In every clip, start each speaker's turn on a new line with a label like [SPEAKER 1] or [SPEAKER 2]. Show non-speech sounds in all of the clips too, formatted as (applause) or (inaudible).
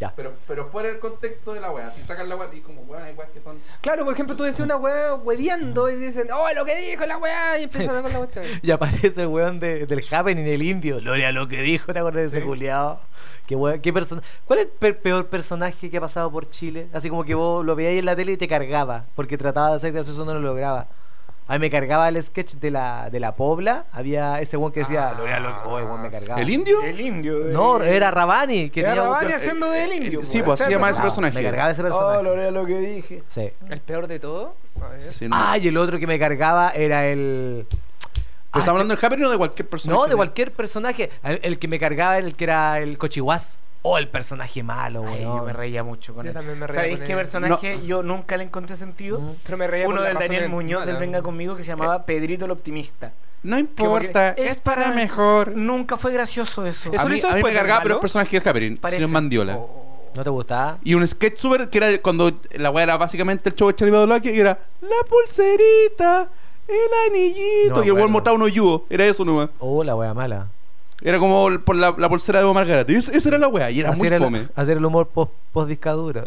[SPEAKER 1] Ya.
[SPEAKER 2] Pero, pero fuera del contexto de la weá, si sacan la weá y como weón, hay weas que son.
[SPEAKER 3] Claro, por ejemplo, tú decís una weá hueviando y dicen, oh, lo que dijo la weá, y empiezan a con la cuestión.
[SPEAKER 4] (laughs)
[SPEAKER 1] (laughs) Y aparece el weón de- del Happening, el indio. Lorea lo que dijo, ¿te acuerdas de ese
[SPEAKER 2] Sí.
[SPEAKER 1] culiao? Qué weón, qué persona... ¿Cuál es el pe- peor personaje que ha pasado por Chile? Así como que vos lo veías en la tele y te cargaba, porque trataba de hacer gracioso no lo lograba. A mí me cargaba el sketch de la, de la Pobla. Había ese weón que decía,
[SPEAKER 2] Ah,
[SPEAKER 1] Lorea lo que... Oh, weón, me cargaba.
[SPEAKER 4] ¿El indio?
[SPEAKER 5] El indio. de-
[SPEAKER 1] No, era Rabani. Que
[SPEAKER 5] Era
[SPEAKER 1] tenía-
[SPEAKER 5] Rabani haciendo del indio.
[SPEAKER 4] Sí,
[SPEAKER 5] po,
[SPEAKER 4] pues
[SPEAKER 5] ese
[SPEAKER 4] hacía más ese
[SPEAKER 5] personaje.
[SPEAKER 1] Me cargaba
[SPEAKER 4] personaje.
[SPEAKER 1] ese
[SPEAKER 5] Oh,
[SPEAKER 1] personaje.
[SPEAKER 5] lo, lo que dije.
[SPEAKER 1] Sí.
[SPEAKER 3] El peor de todo. A ver.
[SPEAKER 4] Sí, no.
[SPEAKER 1] Ah, y el otro que me cargaba era el.
[SPEAKER 4] Pero
[SPEAKER 1] Ah,
[SPEAKER 4] estamos hablando del Happening o de cualquier personaje.
[SPEAKER 1] No, de cualquier personaje. El, el que me cargaba era el que era el cochiguaz. O el personaje malo,
[SPEAKER 5] Ay,
[SPEAKER 1] güey.
[SPEAKER 5] yo me reía mucho con
[SPEAKER 3] Yo
[SPEAKER 5] él.
[SPEAKER 3] también me reía
[SPEAKER 5] ¿Sabéis
[SPEAKER 3] con
[SPEAKER 5] qué
[SPEAKER 3] él.
[SPEAKER 5] personaje yo nunca le encontré sentido?
[SPEAKER 1] Mm.
[SPEAKER 3] Pero me reía
[SPEAKER 5] Uno
[SPEAKER 3] por la
[SPEAKER 5] del
[SPEAKER 3] razón
[SPEAKER 5] Daniel Muñoz del
[SPEAKER 3] mala.
[SPEAKER 5] Venga Conmigo que se llamaba Pedrito el Optimista.
[SPEAKER 4] No importa,
[SPEAKER 5] Que-
[SPEAKER 4] es para mejor.
[SPEAKER 5] Nunca fue gracioso eso.
[SPEAKER 4] a
[SPEAKER 3] ¿Eso lo
[SPEAKER 4] mí,
[SPEAKER 3] hizo
[SPEAKER 4] a mí
[SPEAKER 3] después
[SPEAKER 4] me
[SPEAKER 3] del
[SPEAKER 4] cargaba, pero
[SPEAKER 3] malo?
[SPEAKER 4] el personaje del Happening,
[SPEAKER 5] Parece- Oh,
[SPEAKER 4] señor Mandiola.
[SPEAKER 1] ¿No te gustaba?
[SPEAKER 4] Y un sketch super que era cuando la weá era básicamente el show de Charlie Badulaque y era la pulserita, el anillito.
[SPEAKER 1] No me
[SPEAKER 4] y el
[SPEAKER 1] acuerdo.
[SPEAKER 4] weón mostraba unos yugos. Era eso nomás.
[SPEAKER 1] Oh, la wea mala.
[SPEAKER 4] Era como el- por la, la pulsera de Omar Garate. Es- esa era la weá y era muy
[SPEAKER 1] hacer
[SPEAKER 4] fome.
[SPEAKER 1] El, hacer el humor post, discadura.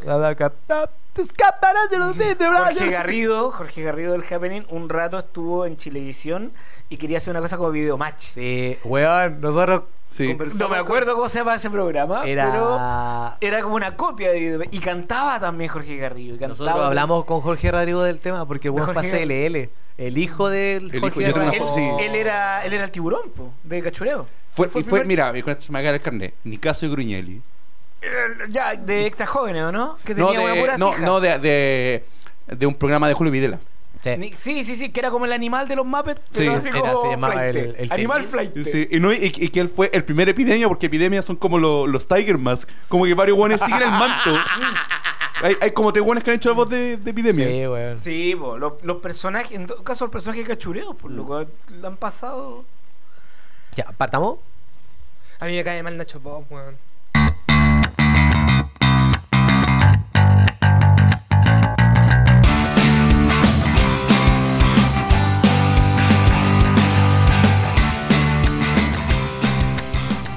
[SPEAKER 1] Te escaparás de los sitios,
[SPEAKER 5] Jorge
[SPEAKER 1] Brian.
[SPEAKER 5] Garrido, Jorge Garrido del Happening, un rato estuvo en Chilevisión y quería hacer una cosa como videomatch.
[SPEAKER 1] Sí, weón, nosotros
[SPEAKER 4] Sí.
[SPEAKER 5] No me acuerdo cómo se llama ese programa,
[SPEAKER 4] Ah,
[SPEAKER 5] pero
[SPEAKER 1] era.
[SPEAKER 5] era como una copia de videomatch. Y cantaba también Jorge Garrido. y
[SPEAKER 1] Nosotros
[SPEAKER 5] cantaba-
[SPEAKER 1] hablamos con Jorge Rodrigo del tema, porque el weón
[SPEAKER 5] Jorge-
[SPEAKER 1] fue CLL. El hijo del
[SPEAKER 4] El hijo-
[SPEAKER 1] Jorge
[SPEAKER 4] yo tengo una
[SPEAKER 5] Él,
[SPEAKER 1] Rodrigo.
[SPEAKER 4] foto, sí.
[SPEAKER 5] él era, él era el tiburón, po, de cachureo.
[SPEAKER 4] Fue,
[SPEAKER 5] Fue
[SPEAKER 4] y
[SPEAKER 5] el
[SPEAKER 4] fue,
[SPEAKER 5] primer-
[SPEAKER 4] mira, con esto se me acaba el carnet. Nicasio Gruñelli.
[SPEAKER 5] El- Eh, Ya, de extra jóvenes, ¿o no? Que
[SPEAKER 4] No,
[SPEAKER 5] tenía una
[SPEAKER 4] de,
[SPEAKER 5] pura
[SPEAKER 4] no,
[SPEAKER 5] cija.
[SPEAKER 4] no de, de, de un programa de Julio Videla.
[SPEAKER 1] Sí.
[SPEAKER 5] Ni- Sí, sí, sí, que era como el animal de los Muppets, pero
[SPEAKER 1] Sí,
[SPEAKER 5] así
[SPEAKER 1] era-
[SPEAKER 5] como
[SPEAKER 1] se llamaba
[SPEAKER 5] flaite.
[SPEAKER 1] el- el
[SPEAKER 5] Animal
[SPEAKER 1] Teddy.
[SPEAKER 5] flight.
[SPEAKER 4] Sí, y, no, y, y que él fue el primer epidemia, porque epidemias son como lo- los Tiger Mask. Como que varios guanes siguen el manto. hay, hay como tres guanes que han hecho la voz de, de epidemia.
[SPEAKER 1] Sí, weón.
[SPEAKER 5] Sí, po, los, los personajes, en todo caso, los personajes cachureos, por pues, lo cual
[SPEAKER 1] Mm.
[SPEAKER 5] le han pasado.
[SPEAKER 1] Ya, ¿partamos?
[SPEAKER 3] A mí me cae mal Nacho Bob, weón.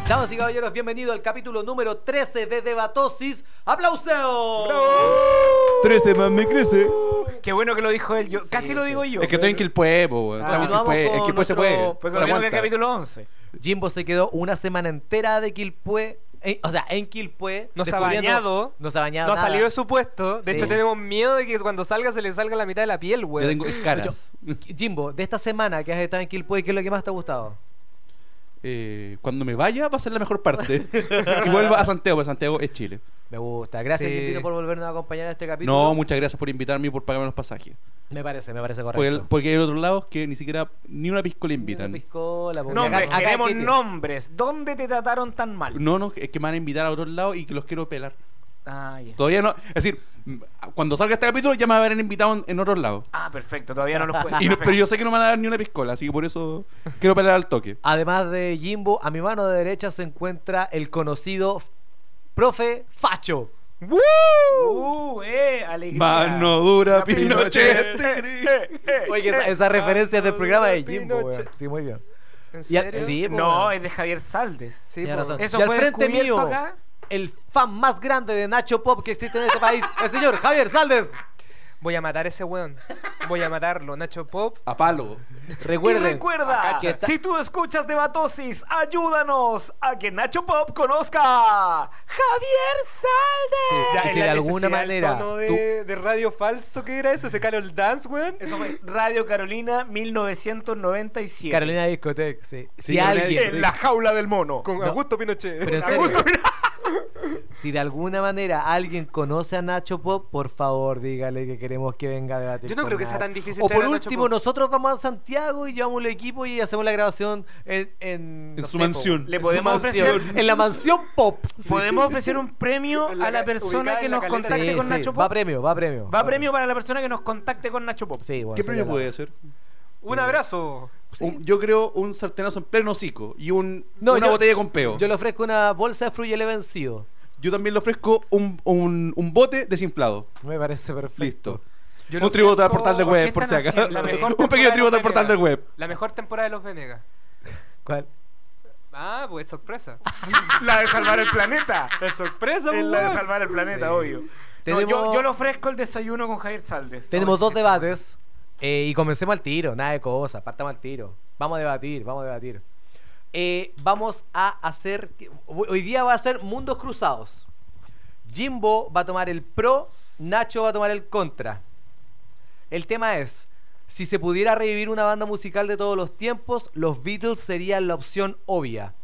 [SPEAKER 1] Damas y caballeros, bienvenido al capítulo número 13 de Debatosis. ¡Aplausos!
[SPEAKER 4] 13 más me crece.
[SPEAKER 5] Qué bueno que lo dijo él, yo casi lo digo yo.
[SPEAKER 4] Es que estoy en Quilpue, po, weón. Estamos
[SPEAKER 1] Ah.
[SPEAKER 4] en
[SPEAKER 1] Continuamos
[SPEAKER 4] Quilpue. En
[SPEAKER 1] con
[SPEAKER 4] Quilpue se
[SPEAKER 1] nuestro-
[SPEAKER 4] puede.
[SPEAKER 5] Fue
[SPEAKER 4] Se
[SPEAKER 5] cuando vimos que el
[SPEAKER 4] aguanta.
[SPEAKER 5] capítulo 11.
[SPEAKER 1] Jimbo se quedó una semana entera de Quilpue. eh, o sea, en Quilpue.
[SPEAKER 3] No se ha
[SPEAKER 1] descubriendo-
[SPEAKER 3] bañado.
[SPEAKER 1] No se ha bañado.
[SPEAKER 3] No ha
[SPEAKER 1] nada.
[SPEAKER 3] salido de su puesto. De
[SPEAKER 1] Sí.
[SPEAKER 3] hecho, tenemos miedo de que cuando salga se le salga la mitad de la piel,
[SPEAKER 4] Yo
[SPEAKER 3] weón.
[SPEAKER 4] tengo escaras.
[SPEAKER 1] Jimbo, de esta semana que has estado en Quilpue, ¿qué es lo que más te ha gustado?
[SPEAKER 4] (laughs) Eh, cuando me vaya va a ser la mejor parte. y vuelva a Santiago, porque Santiago es Chile.
[SPEAKER 1] Me gusta. Gracias,
[SPEAKER 3] Sí.
[SPEAKER 1] Jimbino, por volvernos a acompañar a este capítulo.
[SPEAKER 4] No, muchas gracias por invitarme y por pagarme los pasajes.
[SPEAKER 1] Me parece, me parece
[SPEAKER 4] Porque,
[SPEAKER 1] correcto.
[SPEAKER 4] porque hay otros lados que ni siquiera ni una pisco le invitan.
[SPEAKER 1] Piscola, porque
[SPEAKER 5] Nombres,
[SPEAKER 1] acá- acá
[SPEAKER 5] queremos
[SPEAKER 1] hay que-
[SPEAKER 5] nombres. ¿Dónde te trataron tan mal?
[SPEAKER 4] No, no, es que me van a invitar a otros lados y que los quiero pelar.
[SPEAKER 5] Ah, ya.
[SPEAKER 4] Todavía no. Es decir, m- cuando salga este capítulo ya me van a haber invitado en, en otros lados.
[SPEAKER 5] Ah, perfecto, todavía no los puedo.
[SPEAKER 4] (laughs) Y no- pero yo sé que no me van a dar ni una piscola, así que por eso quiero pelar al toque.
[SPEAKER 1] Además de Jimbo, a mi mano derecha se encuentra el conocido profe Facho.
[SPEAKER 5] ¡Uh! ¡Eh! ¡Alegría!
[SPEAKER 4] Mano dura, Pinochet.
[SPEAKER 5] Eh,
[SPEAKER 1] Oye, que esa, esa referencia es del programa de Jimbo. weón. Sí, muy bien.
[SPEAKER 3] ¿En
[SPEAKER 1] Y a-
[SPEAKER 3] serio?
[SPEAKER 1] sí, po,
[SPEAKER 5] No,
[SPEAKER 1] weón.
[SPEAKER 5] es de Javier Saldes.
[SPEAKER 3] Sí, pues.
[SPEAKER 1] Tiene
[SPEAKER 3] po.
[SPEAKER 1] razón.
[SPEAKER 5] Eso
[SPEAKER 1] Y al
[SPEAKER 5] fue
[SPEAKER 1] frente
[SPEAKER 5] descubierto
[SPEAKER 1] mío,
[SPEAKER 5] acá.
[SPEAKER 1] el fan más grande de Nacho Pop que existe en este país, el señor Javier Saldes.
[SPEAKER 3] Voy a matar a ese weón. Voy a matarlo. Nacho (laughs) Pop.
[SPEAKER 4] A palo.
[SPEAKER 1] Recuerden,
[SPEAKER 5] y recuerda,
[SPEAKER 1] acá está-
[SPEAKER 5] si tú escuchas Debatosis, ayúdanos a que Nacho Pop conozca a Javier
[SPEAKER 1] Sí,
[SPEAKER 5] Saldes.
[SPEAKER 1] y
[SPEAKER 3] en
[SPEAKER 1] si
[SPEAKER 3] la
[SPEAKER 1] de alguna
[SPEAKER 3] necesidad del
[SPEAKER 1] manera
[SPEAKER 3] tono de, de radio falso que era eso, se caló el dance, weón.
[SPEAKER 5] Eso fue Radio Carolina 1997.
[SPEAKER 1] Carolina Discotec, sí.
[SPEAKER 4] Sí,
[SPEAKER 1] si
[SPEAKER 4] Carolina
[SPEAKER 1] alguien,
[SPEAKER 5] En la jaula del mono.
[SPEAKER 3] Con
[SPEAKER 1] No.
[SPEAKER 3] Augusto Pinochet.
[SPEAKER 1] Pero en serio. (laughs) si de alguna manera alguien conoce a Nacho Pop, por favor dígale que queremos que venga a debatir.
[SPEAKER 3] Yo no
[SPEAKER 1] con
[SPEAKER 3] creo que sea
[SPEAKER 1] Nacho.
[SPEAKER 3] tan difícil
[SPEAKER 1] O
[SPEAKER 3] traer
[SPEAKER 1] por
[SPEAKER 3] a Nacho
[SPEAKER 1] último,
[SPEAKER 3] Pop.
[SPEAKER 1] nosotros vamos a Santiago y llevamos el equipo y hacemos la grabación en, en,
[SPEAKER 4] En
[SPEAKER 1] no
[SPEAKER 4] su
[SPEAKER 1] sé, po,
[SPEAKER 4] mansión.
[SPEAKER 5] Le
[SPEAKER 1] en
[SPEAKER 5] podemos
[SPEAKER 1] su
[SPEAKER 5] ofrecer,
[SPEAKER 1] mansión, en la mansión Pop.
[SPEAKER 5] podemos ofrecer un premio
[SPEAKER 3] En la
[SPEAKER 5] a la
[SPEAKER 3] ca-
[SPEAKER 5] persona
[SPEAKER 3] ubicada
[SPEAKER 5] que
[SPEAKER 3] en la
[SPEAKER 5] nos
[SPEAKER 3] caleta.
[SPEAKER 1] Sí,
[SPEAKER 5] contacte con
[SPEAKER 1] sí,
[SPEAKER 5] Nacho
[SPEAKER 1] va
[SPEAKER 5] Pop.
[SPEAKER 1] premio, va premio.
[SPEAKER 5] Va premio para la persona que nos contacte con
[SPEAKER 1] (laughs)
[SPEAKER 5] Nacho Pop.
[SPEAKER 1] Sí, bueno,
[SPEAKER 4] ¿Qué
[SPEAKER 1] sería
[SPEAKER 4] premio
[SPEAKER 1] la-
[SPEAKER 4] puede hacer?
[SPEAKER 3] Un abrazo.
[SPEAKER 4] Un- yo creo un sartenazo en pleno hocico y un,
[SPEAKER 1] No,
[SPEAKER 4] una
[SPEAKER 1] yo-
[SPEAKER 4] botella con peo.
[SPEAKER 1] Yo
[SPEAKER 4] Yo,
[SPEAKER 1] le ofrezco una bolsa de Fruyele vencido.
[SPEAKER 4] también le ofrezco un, un, un bote desinflado.
[SPEAKER 1] Me parece perfecto.
[SPEAKER 4] Listo.
[SPEAKER 3] Yo
[SPEAKER 4] un
[SPEAKER 3] lo
[SPEAKER 4] tributo al
[SPEAKER 3] ofrezco-
[SPEAKER 4] portal del
[SPEAKER 5] ¿Por qué
[SPEAKER 4] web, por si
[SPEAKER 5] están
[SPEAKER 4] acaso. (laughs)
[SPEAKER 5] haciendo la mejor
[SPEAKER 4] Un pequeño
[SPEAKER 3] temporada
[SPEAKER 4] tributo al
[SPEAKER 3] de
[SPEAKER 4] portal del
[SPEAKER 3] Venegas?
[SPEAKER 4] web.
[SPEAKER 3] La mejor temporada de los Venegas.
[SPEAKER 1] ¿Cuál?
[SPEAKER 5] Ah, pues
[SPEAKER 3] (laughs)
[SPEAKER 5] sorpresa.
[SPEAKER 6] La de salvar el planeta.
[SPEAKER 3] pues,
[SPEAKER 5] Es sorpresa,
[SPEAKER 6] Es la de salvar el planeta,
[SPEAKER 1] Sí.
[SPEAKER 6] obvio. No,
[SPEAKER 1] Tenemos-
[SPEAKER 6] yo, yo le ofrezco el desayuno con Javier Saldes.
[SPEAKER 1] Tenemos
[SPEAKER 6] Oh,
[SPEAKER 1] dos
[SPEAKER 6] sí.
[SPEAKER 1] debates eh, y comencemos al tiro, nada de cosas, partamos al tiro. Vamos a debatir, vamos a debatir. Eh, vamos a hacer, hoy día va a ser Mundos Cruzados. Jimbo va a tomar el pro, Nacho va a tomar el contra. El tema es, si se pudiera revivir una banda musical de todos los tiempos, los Beatles serían la opción obvia.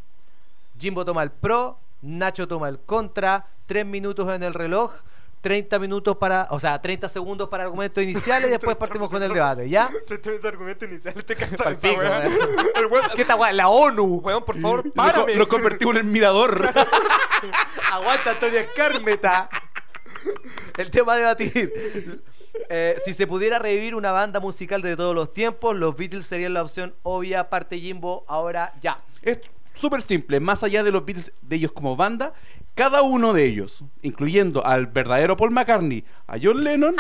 [SPEAKER 1] Jimbo toma el pro, Nacho toma el contra, 3 minutos en el reloj, 30 minutos para, o sea, 30 segundos para argumentos iniciales y después partimos con el
[SPEAKER 4] (laughs)
[SPEAKER 1] debate, ¿ya?
[SPEAKER 5] Estoy teniendo argumento inicial, te cachas esa
[SPEAKER 1] Palpico,
[SPEAKER 5] weá.
[SPEAKER 1] weón.
[SPEAKER 5] El weón-
[SPEAKER 1] ¿Qué esta weá? La ONU.
[SPEAKER 5] Weón, por favor,
[SPEAKER 4] Nos co-
[SPEAKER 5] párame.
[SPEAKER 4] Nos convertimos en el mirador.
[SPEAKER 1] Aguanta, Antonio Escármeta. El tema a debatir. Eh, si se pudiera revivir una banda musical de todos los tiempos, los Beatles serían la opción obvia. Parte Jimbo, ahora ya.
[SPEAKER 4] Es súper simple. Más allá de los Beatles de ellos como banda, cada uno de ellos, incluyendo al verdadero Paul McCartney, a John Lennon,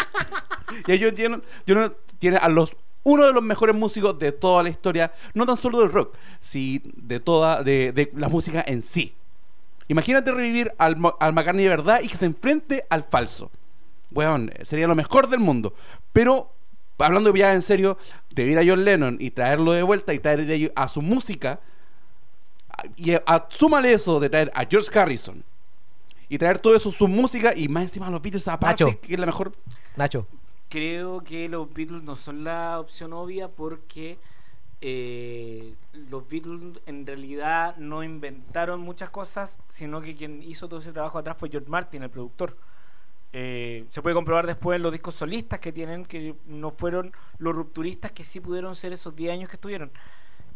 [SPEAKER 4] y a John Lennon, John Lennon tiene a los uno de los mejores músicos de toda la historia, no tan solo del rock, sino de toda de, de la música en sí. Imagínate revivir al, Mo- al McCartney de verdad y que se enfrente al falso. Weón, sería lo mejor del mundo. Pero, hablando ya en serio, revivir a John Lennon y traerlo de vuelta y traer de- a su música, y a- súmale eso de traer a George Harrison y traer todo eso, su música y más encima los Beatles aparte,
[SPEAKER 1] Nacho.
[SPEAKER 4] que es la mejor.
[SPEAKER 1] Nacho.
[SPEAKER 5] Creo que los Beatles no son la opción obvia porque eh, los Beatles en realidad no inventaron muchas cosas, sino que quien hizo todo ese trabajo atrás fue George Martin, el productor. Eh, se puede comprobar después en los discos solistas que tienen, que no fueron los rupturistas que sí pudieron ser esos 10 años que estuvieron.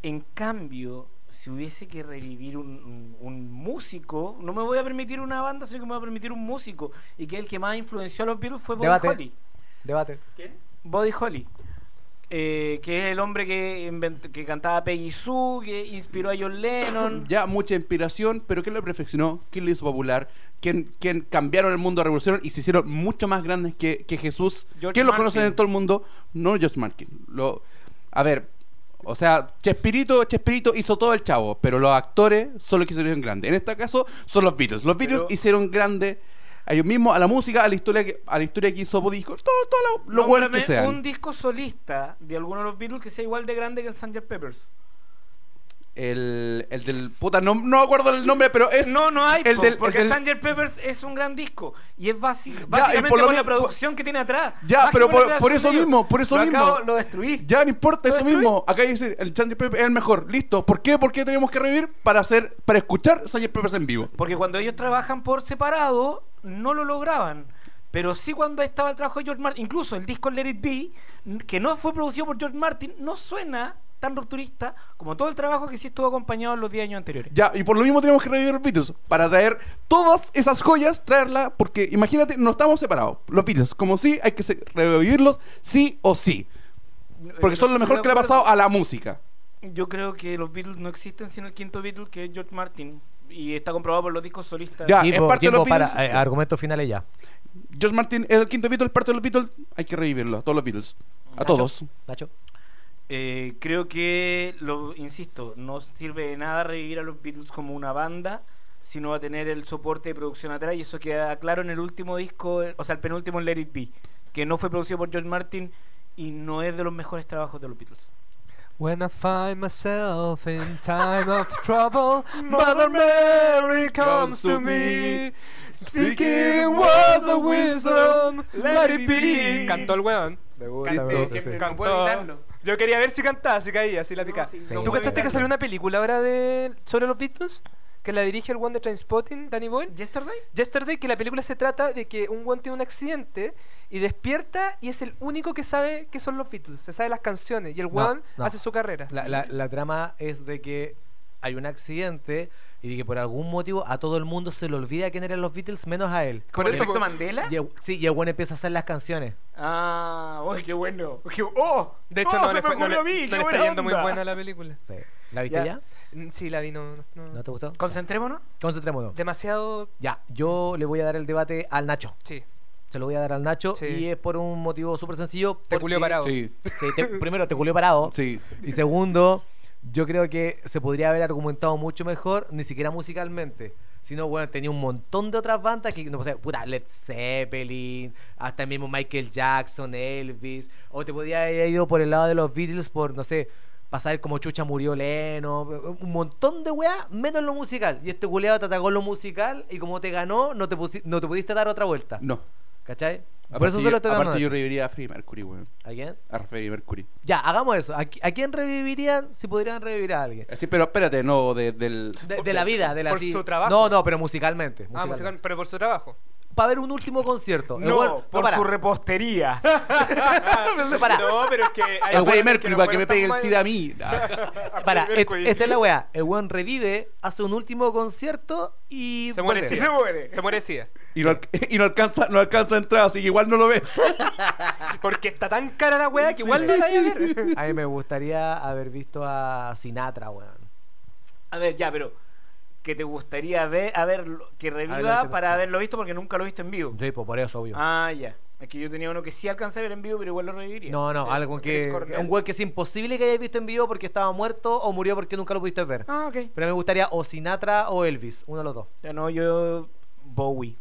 [SPEAKER 5] En cambio, si hubiese que revivir un, un- un músico, no me voy a permitir una banda, sino que me voy a permitir un músico. Y que el que más influenció a los Beatles fue Buddy
[SPEAKER 1] Debate.
[SPEAKER 5] Holly.
[SPEAKER 1] Debate.
[SPEAKER 5] Buddy Holly, eh, que es el hombre que, invent- que cantaba Peggy Sue, que inspiró a John Lennon.
[SPEAKER 4] (coughs) Ya mucha inspiración, pero ¿quién lo perfeccionó? ¿Quién lo hizo popular? ¿Quién, quién cambiaron el mundo, revolucionaron y se hicieron mucho más grandes que, que Jesús?
[SPEAKER 5] George
[SPEAKER 4] ¿Quién lo
[SPEAKER 5] Martin.
[SPEAKER 4] conocen en todo el mundo? No George Martin. Lo, a ver, o sea, Chespirito, Chespirito hizo todo el chavo, pero los actores son los que se hicieron grandes. En este caso son los Beatles. Los Beatles
[SPEAKER 5] Pero-
[SPEAKER 4] hicieron grande a ellos mismos, a la música, a la historia que, a la historia que hizo Buddy Hill, todo, todo lo, lo bueno que
[SPEAKER 5] Nómbrame
[SPEAKER 4] sean.
[SPEAKER 5] Un disco solista de alguno de los Beatles que sea igual de grande que el Sgt. Peppers.
[SPEAKER 4] El, el del puta, no, no acuerdo el nombre, pero es
[SPEAKER 5] no, no hay,
[SPEAKER 4] el
[SPEAKER 5] po,
[SPEAKER 4] del- el
[SPEAKER 5] porque
[SPEAKER 4] del-
[SPEAKER 5] Sgt. Peppers es un gran disco y es básico,
[SPEAKER 4] y
[SPEAKER 5] básicamente
[SPEAKER 4] por lo
[SPEAKER 5] con la
[SPEAKER 4] mi- por-
[SPEAKER 5] producción que tiene atrás.
[SPEAKER 4] Ya,
[SPEAKER 5] Más que
[SPEAKER 4] pero
[SPEAKER 5] con la
[SPEAKER 4] por-
[SPEAKER 5] creación
[SPEAKER 4] por eso
[SPEAKER 5] de ellos.
[SPEAKER 4] mismo, por eso
[SPEAKER 5] Lo
[SPEAKER 4] mismo.
[SPEAKER 5] acabo- lo destruí.
[SPEAKER 4] Ya no importa
[SPEAKER 5] ¿Lo
[SPEAKER 4] eso
[SPEAKER 5] destruí?
[SPEAKER 4] mismo. Acá dice el Sgt. Pepper es el mejor. Listo. ¿Por qué? ¿Por qué tenemos que revivir para hacer para escuchar Sgt. Pepper en vivo?
[SPEAKER 5] Porque cuando ellos trabajan por separado, no lo lograban. Pero sí cuando estaba el trabajo de George Martin, incluso el disco Let It Be, n- que no fue producido por George Martin, no suena tan rupturista como todo el trabajo que sí estuvo acompañado en los 10 años anteriores.
[SPEAKER 4] Ya, y por lo mismo tenemos que revivir los Beatles para traer todas esas joyas, traerla porque imagínate, no estamos separados. Los Beatles, como sí, hay que se- revivirlos sí o sí, porque
[SPEAKER 5] Eh,
[SPEAKER 4] son lo mejor que le ha pasado a la música.
[SPEAKER 5] Yo creo que los Beatles no existen sin el quinto Beatle, que es George Martin, y está comprobado por los discos solistas.
[SPEAKER 4] Ya, es
[SPEAKER 1] Jimbo,
[SPEAKER 4] parte de
[SPEAKER 1] Jimbo,
[SPEAKER 4] los
[SPEAKER 1] para.
[SPEAKER 4] Beatles.
[SPEAKER 1] eh, argumentos finales ya.
[SPEAKER 4] George Martin es el quinto Beatles, parte de los Beatles, hay que revivirlo, a todos los Beatles, a
[SPEAKER 5] Nacho.
[SPEAKER 4] todos.
[SPEAKER 1] Nacho.
[SPEAKER 5] Eh, creo que, lo insisto, no sirve de nada revivir a los Beatles como una banda si no va a tener el soporte de producción atrás y eso queda claro en el último disco, eh, o sea, el penúltimo en Let It Be, que no fue producido por George Martin y no es de los mejores trabajos de los Beatles.
[SPEAKER 3] When I find myself in time
[SPEAKER 6] (laughs)
[SPEAKER 3] of trouble,
[SPEAKER 6] Mother Mary comes to me. Speaking words of wisdom, let it be. Cantó
[SPEAKER 5] Cantó
[SPEAKER 6] el weón.
[SPEAKER 1] Listo.
[SPEAKER 6] Cantó. Yo quería ver si cantaba, si caía, si la picaba.
[SPEAKER 1] sí,
[SPEAKER 6] ¿Tú cachaste
[SPEAKER 1] no
[SPEAKER 6] que
[SPEAKER 1] puedo
[SPEAKER 6] salió
[SPEAKER 1] evitarlo.
[SPEAKER 6] una película ahora de sobre los Beatles?
[SPEAKER 3] que la dirige el one de Trainspotting, Danny Boyle.
[SPEAKER 5] ¿Yesterday?
[SPEAKER 3] Yesterday, que la película se trata de que un one tiene un accidente y despierta y es el único que sabe que son los Beatles, se sabe las canciones y el
[SPEAKER 1] No,
[SPEAKER 3] one
[SPEAKER 1] no.
[SPEAKER 3] hace su carrera.
[SPEAKER 1] La, la- la trama es de que hay un accidente y de que por algún motivo a todo el mundo se le olvida quién eran los Beatles menos a él.
[SPEAKER 6] Por
[SPEAKER 5] ¿Por
[SPEAKER 6] eso.
[SPEAKER 5] efecto Mandela?
[SPEAKER 1] Y el- sí, y el bueno empieza a hacer las canciones.
[SPEAKER 5] Ah, uy, qué bueno. Qué- ¡Oh!
[SPEAKER 6] De hecho,
[SPEAKER 5] ¡Oh,
[SPEAKER 6] no
[SPEAKER 5] se
[SPEAKER 6] le,
[SPEAKER 5] me
[SPEAKER 6] fue, no le-
[SPEAKER 5] ocurrió a
[SPEAKER 6] no
[SPEAKER 5] mí, qué
[SPEAKER 6] le está
[SPEAKER 5] buena
[SPEAKER 6] yendo muy
[SPEAKER 5] onda.
[SPEAKER 6] buena la película.
[SPEAKER 1] Sí. ¿La viste
[SPEAKER 5] Ya.
[SPEAKER 1] ya?
[SPEAKER 3] Mm, Sí, la vi, no, no- no-
[SPEAKER 1] ¿No te gustó?
[SPEAKER 5] Concentrémonos.
[SPEAKER 1] Concentrémonos.
[SPEAKER 3] Demasiado.
[SPEAKER 1] Ya, yo le voy a dar el debate al Nacho.
[SPEAKER 3] Sí.
[SPEAKER 1] Se lo voy a dar al Nacho
[SPEAKER 3] Sí.
[SPEAKER 1] y es por un motivo súper sencillo.
[SPEAKER 6] Te
[SPEAKER 1] porque-
[SPEAKER 3] Ah,
[SPEAKER 6] culió parado.
[SPEAKER 4] Sí,
[SPEAKER 6] (laughs)
[SPEAKER 1] Sí, te- primero, te culió parado.
[SPEAKER 4] sí.
[SPEAKER 1] Y segundo, yo creo que se podría haber argumentado mucho mejor, ni siquiera musicalmente. Sino, bueno, tenía un montón de otras bandas que, no sé, puta, Led Zeppelin, hasta el mismo Michael Jackson, Elvis. O te podía haber ido por el lado de los Beatles por, no sé, pasar como chucha murió Leno. Un montón de weas, menos lo musical. Y este culeado te atacó en lo musical y como te ganó, no te, pusi- no te pudiste dar otra vuelta.
[SPEAKER 4] No.
[SPEAKER 1] ¿Cachai? Por
[SPEAKER 4] Aparte
[SPEAKER 1] eso
[SPEAKER 4] yo-
[SPEAKER 1] solo te
[SPEAKER 4] Aparte
[SPEAKER 1] dan
[SPEAKER 4] yo reiría a Freddie Mercury, weón.
[SPEAKER 1] ¿A quién?
[SPEAKER 4] A Freddie Mercury.
[SPEAKER 1] Ya, hagamos eso. ¿A, qui- a quién revivirían si pudieran revivir a alguien?
[SPEAKER 4] Sí, pero espérate, no, de- del...
[SPEAKER 1] De, de la vida, de la
[SPEAKER 3] por
[SPEAKER 1] sí.
[SPEAKER 3] su trabajo.
[SPEAKER 1] No, no, pero musicalmente.
[SPEAKER 3] Ah, musical, pero por su trabajo.
[SPEAKER 1] Para ver un último concierto. El
[SPEAKER 5] No,
[SPEAKER 1] weón-
[SPEAKER 5] por
[SPEAKER 1] para.
[SPEAKER 4] (laughs)
[SPEAKER 5] su repostería.
[SPEAKER 1] Para.
[SPEAKER 3] No, pero es que. hay
[SPEAKER 4] A Freddie
[SPEAKER 3] weones
[SPEAKER 4] Mercury,
[SPEAKER 3] no
[SPEAKER 4] para que
[SPEAKER 3] fueron
[SPEAKER 4] me pegue
[SPEAKER 3] tan
[SPEAKER 4] el
[SPEAKER 3] mal.
[SPEAKER 4] SIDA a
[SPEAKER 5] (laughs)
[SPEAKER 4] mí. este, Ah.
[SPEAKER 1] para,
[SPEAKER 3] Freddie
[SPEAKER 1] et-
[SPEAKER 3] Mercury.
[SPEAKER 1] esta es la weá. El weón revive, hace un último concierto y.
[SPEAKER 3] Se muere
[SPEAKER 1] vuelve.
[SPEAKER 5] Y
[SPEAKER 3] SIDA.
[SPEAKER 5] se muere.
[SPEAKER 3] Se muere SIDA.
[SPEAKER 4] Y, no, alca- y no alcanza no alcanza a entrar, así que igual no lo ves.
[SPEAKER 5] Ah.
[SPEAKER 3] Porque está tan cara la weá que igual no la hay a ver. (laughs)
[SPEAKER 1] A mí me gustaría haber visto a Sinatra, weón.
[SPEAKER 5] A ver, ya, pero que te gustaría ver, a ver, lo- que reviva
[SPEAKER 1] que-
[SPEAKER 5] para
[SPEAKER 1] sí.
[SPEAKER 5] haberlo visto porque nunca lo viste en vivo.
[SPEAKER 1] Sí, pues, por eso, obvio.
[SPEAKER 5] Ah, ya. Es que yo tenía uno que sí alcancé a ver en vivo, pero igual lo reviviría. Eh,
[SPEAKER 1] no, no, algo que.
[SPEAKER 3] Chris Cornell.
[SPEAKER 1] Un weón que es imposible que hayas visto en vivo porque estaba muerto o murió porque nunca lo pudiste ver.
[SPEAKER 5] Ah, ok.
[SPEAKER 1] Pero me gustaría o Sinatra o Elvis, uno de los dos.
[SPEAKER 5] Ya no, yo. Bowie.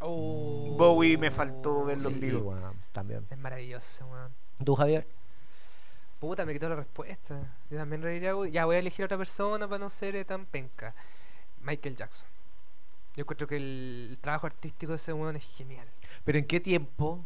[SPEAKER 5] Bowie me faltó verlo en
[SPEAKER 1] Sí,
[SPEAKER 5] vivo.
[SPEAKER 1] weón, también.
[SPEAKER 3] Es maravilloso ese weón.
[SPEAKER 1] ¿Tú, Javier?
[SPEAKER 3] Puta, me quitó la respuesta. Yo también reiría. güey. Ya voy a elegir a otra persona para no ser eh, tan penca. Michael Jackson. Yo encuentro que el, el trabajo artístico de ese weón es genial.
[SPEAKER 1] ¿Pero en qué tiempo?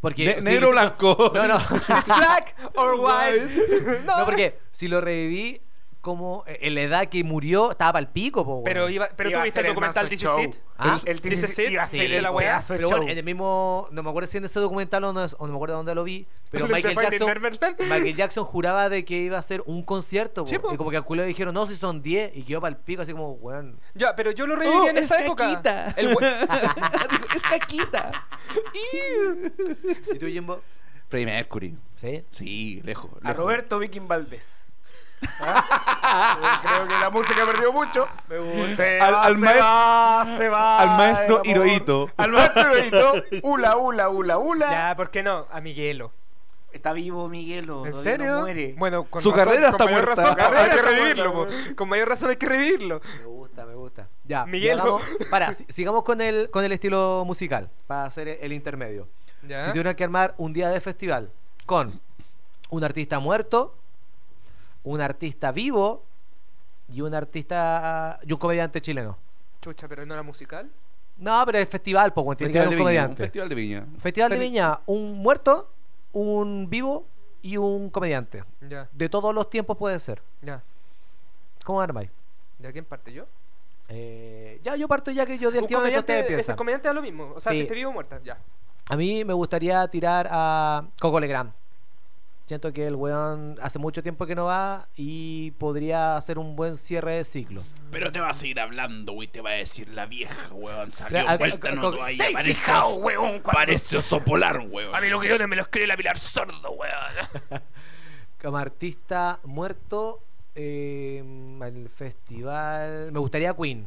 [SPEAKER 1] Porque.
[SPEAKER 4] Ne-
[SPEAKER 1] sí,
[SPEAKER 4] negro
[SPEAKER 1] sí,
[SPEAKER 4] blanco.
[SPEAKER 1] No,
[SPEAKER 3] (laughs)
[SPEAKER 1] no.
[SPEAKER 3] It's black
[SPEAKER 1] (laughs)
[SPEAKER 3] or white.
[SPEAKER 1] No, porque si lo reviví como eh, en la edad que murió, estaba para el pico, po, weón.
[SPEAKER 3] Pero, iba, pero
[SPEAKER 5] Iba
[SPEAKER 3] tú
[SPEAKER 5] a
[SPEAKER 3] viste
[SPEAKER 5] ser
[SPEAKER 3] el
[SPEAKER 5] el
[SPEAKER 3] documental
[SPEAKER 5] mazo
[SPEAKER 3] This
[SPEAKER 5] show.
[SPEAKER 3] Is It.
[SPEAKER 1] ¿Ah?
[SPEAKER 5] El
[SPEAKER 3] Dice
[SPEAKER 5] This Is
[SPEAKER 3] Sid,
[SPEAKER 5] It iba a ser
[SPEAKER 3] sí,
[SPEAKER 5] el
[SPEAKER 3] la weá.
[SPEAKER 5] pedazo de
[SPEAKER 1] Pero
[SPEAKER 5] show.
[SPEAKER 1] bueno, en el mismo. No me acuerdo si en ese documental o no, o no me acuerdo dónde lo vi. Pero
[SPEAKER 3] (laughs) El de
[SPEAKER 1] Michael
[SPEAKER 3] Finding
[SPEAKER 1] Jackson.
[SPEAKER 3] Neverland.
[SPEAKER 1] Michael Jackson juraba de que iba a hacer un concierto, po,
[SPEAKER 3] Sí, po.
[SPEAKER 1] Y como que al culo le dijeron, no, si son 10. Y quedó para el pico, así como, weón.
[SPEAKER 3] Ya, pero yo lo
[SPEAKER 5] Uh,
[SPEAKER 3] reiría en esa época. El we-
[SPEAKER 5] (laughs)
[SPEAKER 4] es caquita.
[SPEAKER 1] ¿Y tú, Jimbo?
[SPEAKER 4] Freddie Mercury.
[SPEAKER 1] Sí.
[SPEAKER 4] Sí, lejos.
[SPEAKER 5] A
[SPEAKER 4] lejos.
[SPEAKER 5] Roberto Viking Valdés. Ah, (laughs) Creo que la música perdió mucho. Me gusta. Se
[SPEAKER 4] Al-
[SPEAKER 5] va,
[SPEAKER 4] al
[SPEAKER 5] se
[SPEAKER 4] maes-
[SPEAKER 5] va, se va,
[SPEAKER 4] al maestro
[SPEAKER 5] el amor.
[SPEAKER 4] Hirohito.
[SPEAKER 5] Al maestro Hirohito. Ula, ula, ula, ula.
[SPEAKER 3] ya, ¿por qué no? A Miguelo.
[SPEAKER 5] Está vivo Miguelo.
[SPEAKER 3] ¿En
[SPEAKER 5] todavía
[SPEAKER 3] serio?
[SPEAKER 5] No muere.
[SPEAKER 3] Bueno, con
[SPEAKER 4] Su
[SPEAKER 3] razón-
[SPEAKER 4] carrera
[SPEAKER 3] con
[SPEAKER 4] está
[SPEAKER 3] mayor
[SPEAKER 4] muerta.
[SPEAKER 3] razón,
[SPEAKER 4] Su
[SPEAKER 5] carrera
[SPEAKER 3] hay que
[SPEAKER 5] está
[SPEAKER 3] revivirlo.
[SPEAKER 5] muerta,
[SPEAKER 3] po. Con mayor razón hay que revivirlo.
[SPEAKER 1] Me gusta, me gusta. Ya,
[SPEAKER 3] Miguel.
[SPEAKER 1] ya hagamos- (laughs) para, si- sigamos con el, con el estilo musical, para hacer el- el intermedio.
[SPEAKER 3] Ya.
[SPEAKER 1] Si tuvieran que armar un día de festival con un artista muerto, un artista vivo y un artista y un comediante chileno.
[SPEAKER 3] Chucha, pero no la musical.
[SPEAKER 1] No, pero es festival, pues, tiene que
[SPEAKER 4] Festival de
[SPEAKER 1] haber un
[SPEAKER 4] Viña,
[SPEAKER 1] comediante.
[SPEAKER 4] un
[SPEAKER 1] festival
[SPEAKER 4] festival de viña.
[SPEAKER 1] de Viña, un muerto, un vivo y un comediante.
[SPEAKER 3] Ya,
[SPEAKER 1] De todos los tiempos puede ser.
[SPEAKER 3] ya.
[SPEAKER 1] ¿Cómo armáis?
[SPEAKER 3] ¿Ya quién parte yo?
[SPEAKER 1] Eh, ya yo parto ya que yo de
[SPEAKER 3] Un
[SPEAKER 1] activa mientras ustedes
[SPEAKER 3] comediante- ese
[SPEAKER 1] piensan.
[SPEAKER 3] comediante da lo mismo. O sea,
[SPEAKER 1] Sí.
[SPEAKER 3] si esté vivo o muerta, ya.
[SPEAKER 1] A mí me gustaría tirar a Coco Legrand. Siento que el weón hace mucho tiempo que no va y podría hacer un buen cierre de ciclo.
[SPEAKER 4] Pero te va a seguir hablando, güey. Te va a decir la vieja, weón.
[SPEAKER 1] Pero, a- vuelta a- no, a- no, ahí ¿te has apareció- fijado,
[SPEAKER 4] weón. Parece sopolar, weón.
[SPEAKER 6] A mí lo que yo no me los cree la Pilar Sordo, weón.
[SPEAKER 1] Como artista muerto, eh, el festival. Me gustaría Queen.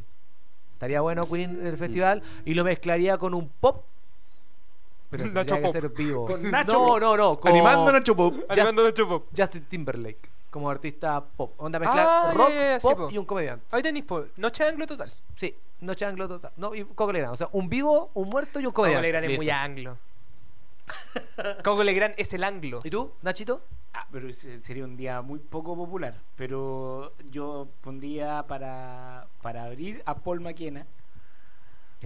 [SPEAKER 1] Estaría bueno Queen en el festival y lo mezclaría con un pop. Pero
[SPEAKER 3] Nacho
[SPEAKER 1] tendría que
[SPEAKER 3] Pop.
[SPEAKER 1] ser vivo.
[SPEAKER 5] Con Nacho
[SPEAKER 1] no,
[SPEAKER 5] Pop.
[SPEAKER 1] no, no. Con
[SPEAKER 4] Animando a Nacho Pop.
[SPEAKER 1] Just-
[SPEAKER 3] Animando de chupo.
[SPEAKER 1] Justin Timberlake como artista pop. Onda mezclar
[SPEAKER 3] Ah,
[SPEAKER 1] rock,
[SPEAKER 3] ya, ya, ya, sí,
[SPEAKER 1] pop
[SPEAKER 3] po.
[SPEAKER 1] y un comediante.
[SPEAKER 3] Ahí tenis, po. Noche de anglo total.
[SPEAKER 1] Sí, noche anglo total. No, y Coco Legrand. O sea, un vivo, un muerto y un comediante.
[SPEAKER 3] es muy
[SPEAKER 1] Listo.
[SPEAKER 3] (laughs) anglo. Coco Legrand es el anglo.
[SPEAKER 1] ¿Y tú, Nachito?
[SPEAKER 5] Ah, pero ese sería un día muy poco popular. Pero yo pondría para, para abrir a Paul McKenna.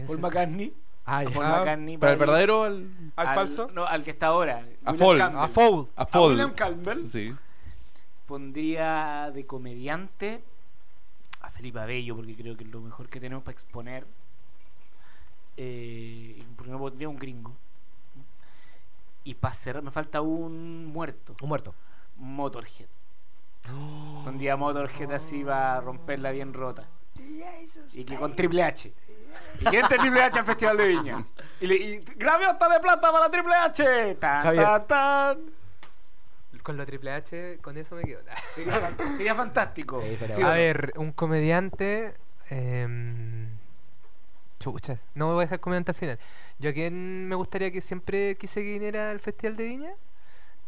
[SPEAKER 5] Paul McCartney.
[SPEAKER 1] Ah,
[SPEAKER 5] A
[SPEAKER 1] ya.
[SPEAKER 5] Paul
[SPEAKER 3] Ah,
[SPEAKER 5] McCartney.
[SPEAKER 4] Para el verdadero, al,
[SPEAKER 3] ¿Al falso?
[SPEAKER 5] No, al que está ahora.
[SPEAKER 4] A
[SPEAKER 5] William
[SPEAKER 4] Paul.
[SPEAKER 5] Campbell.
[SPEAKER 4] A
[SPEAKER 3] Foul.
[SPEAKER 4] a
[SPEAKER 5] A
[SPEAKER 4] Paul.
[SPEAKER 5] William Campbell.
[SPEAKER 4] Sí.
[SPEAKER 5] Pondría de comediante a Felipe Abello, porque creo que es lo mejor que tenemos para exponer. Eh, porque no pondría un gringo. Y para cerrar, me falta un muerto.
[SPEAKER 1] Un muerto.
[SPEAKER 5] Motorhead. Pondría Motorhead así para romperla bien rota. Y que con Triple H. Y que entre Triple H al Festival de Viña. Y, le, y gaviota de plata para Triple H. Tan,
[SPEAKER 1] Javier.
[SPEAKER 5] tan, tan.
[SPEAKER 3] Con la triple H, con eso me quedo.
[SPEAKER 5] Sería, fan- sería fantástico.
[SPEAKER 1] Sí, sería
[SPEAKER 5] ¿Sí o
[SPEAKER 3] (laughs) a
[SPEAKER 5] no?
[SPEAKER 3] ver, un comediante. em, chucha, no me voy a dejar comediante al final. Yo a quien me gustaría que siempre quise que viniera al Festival de Viña.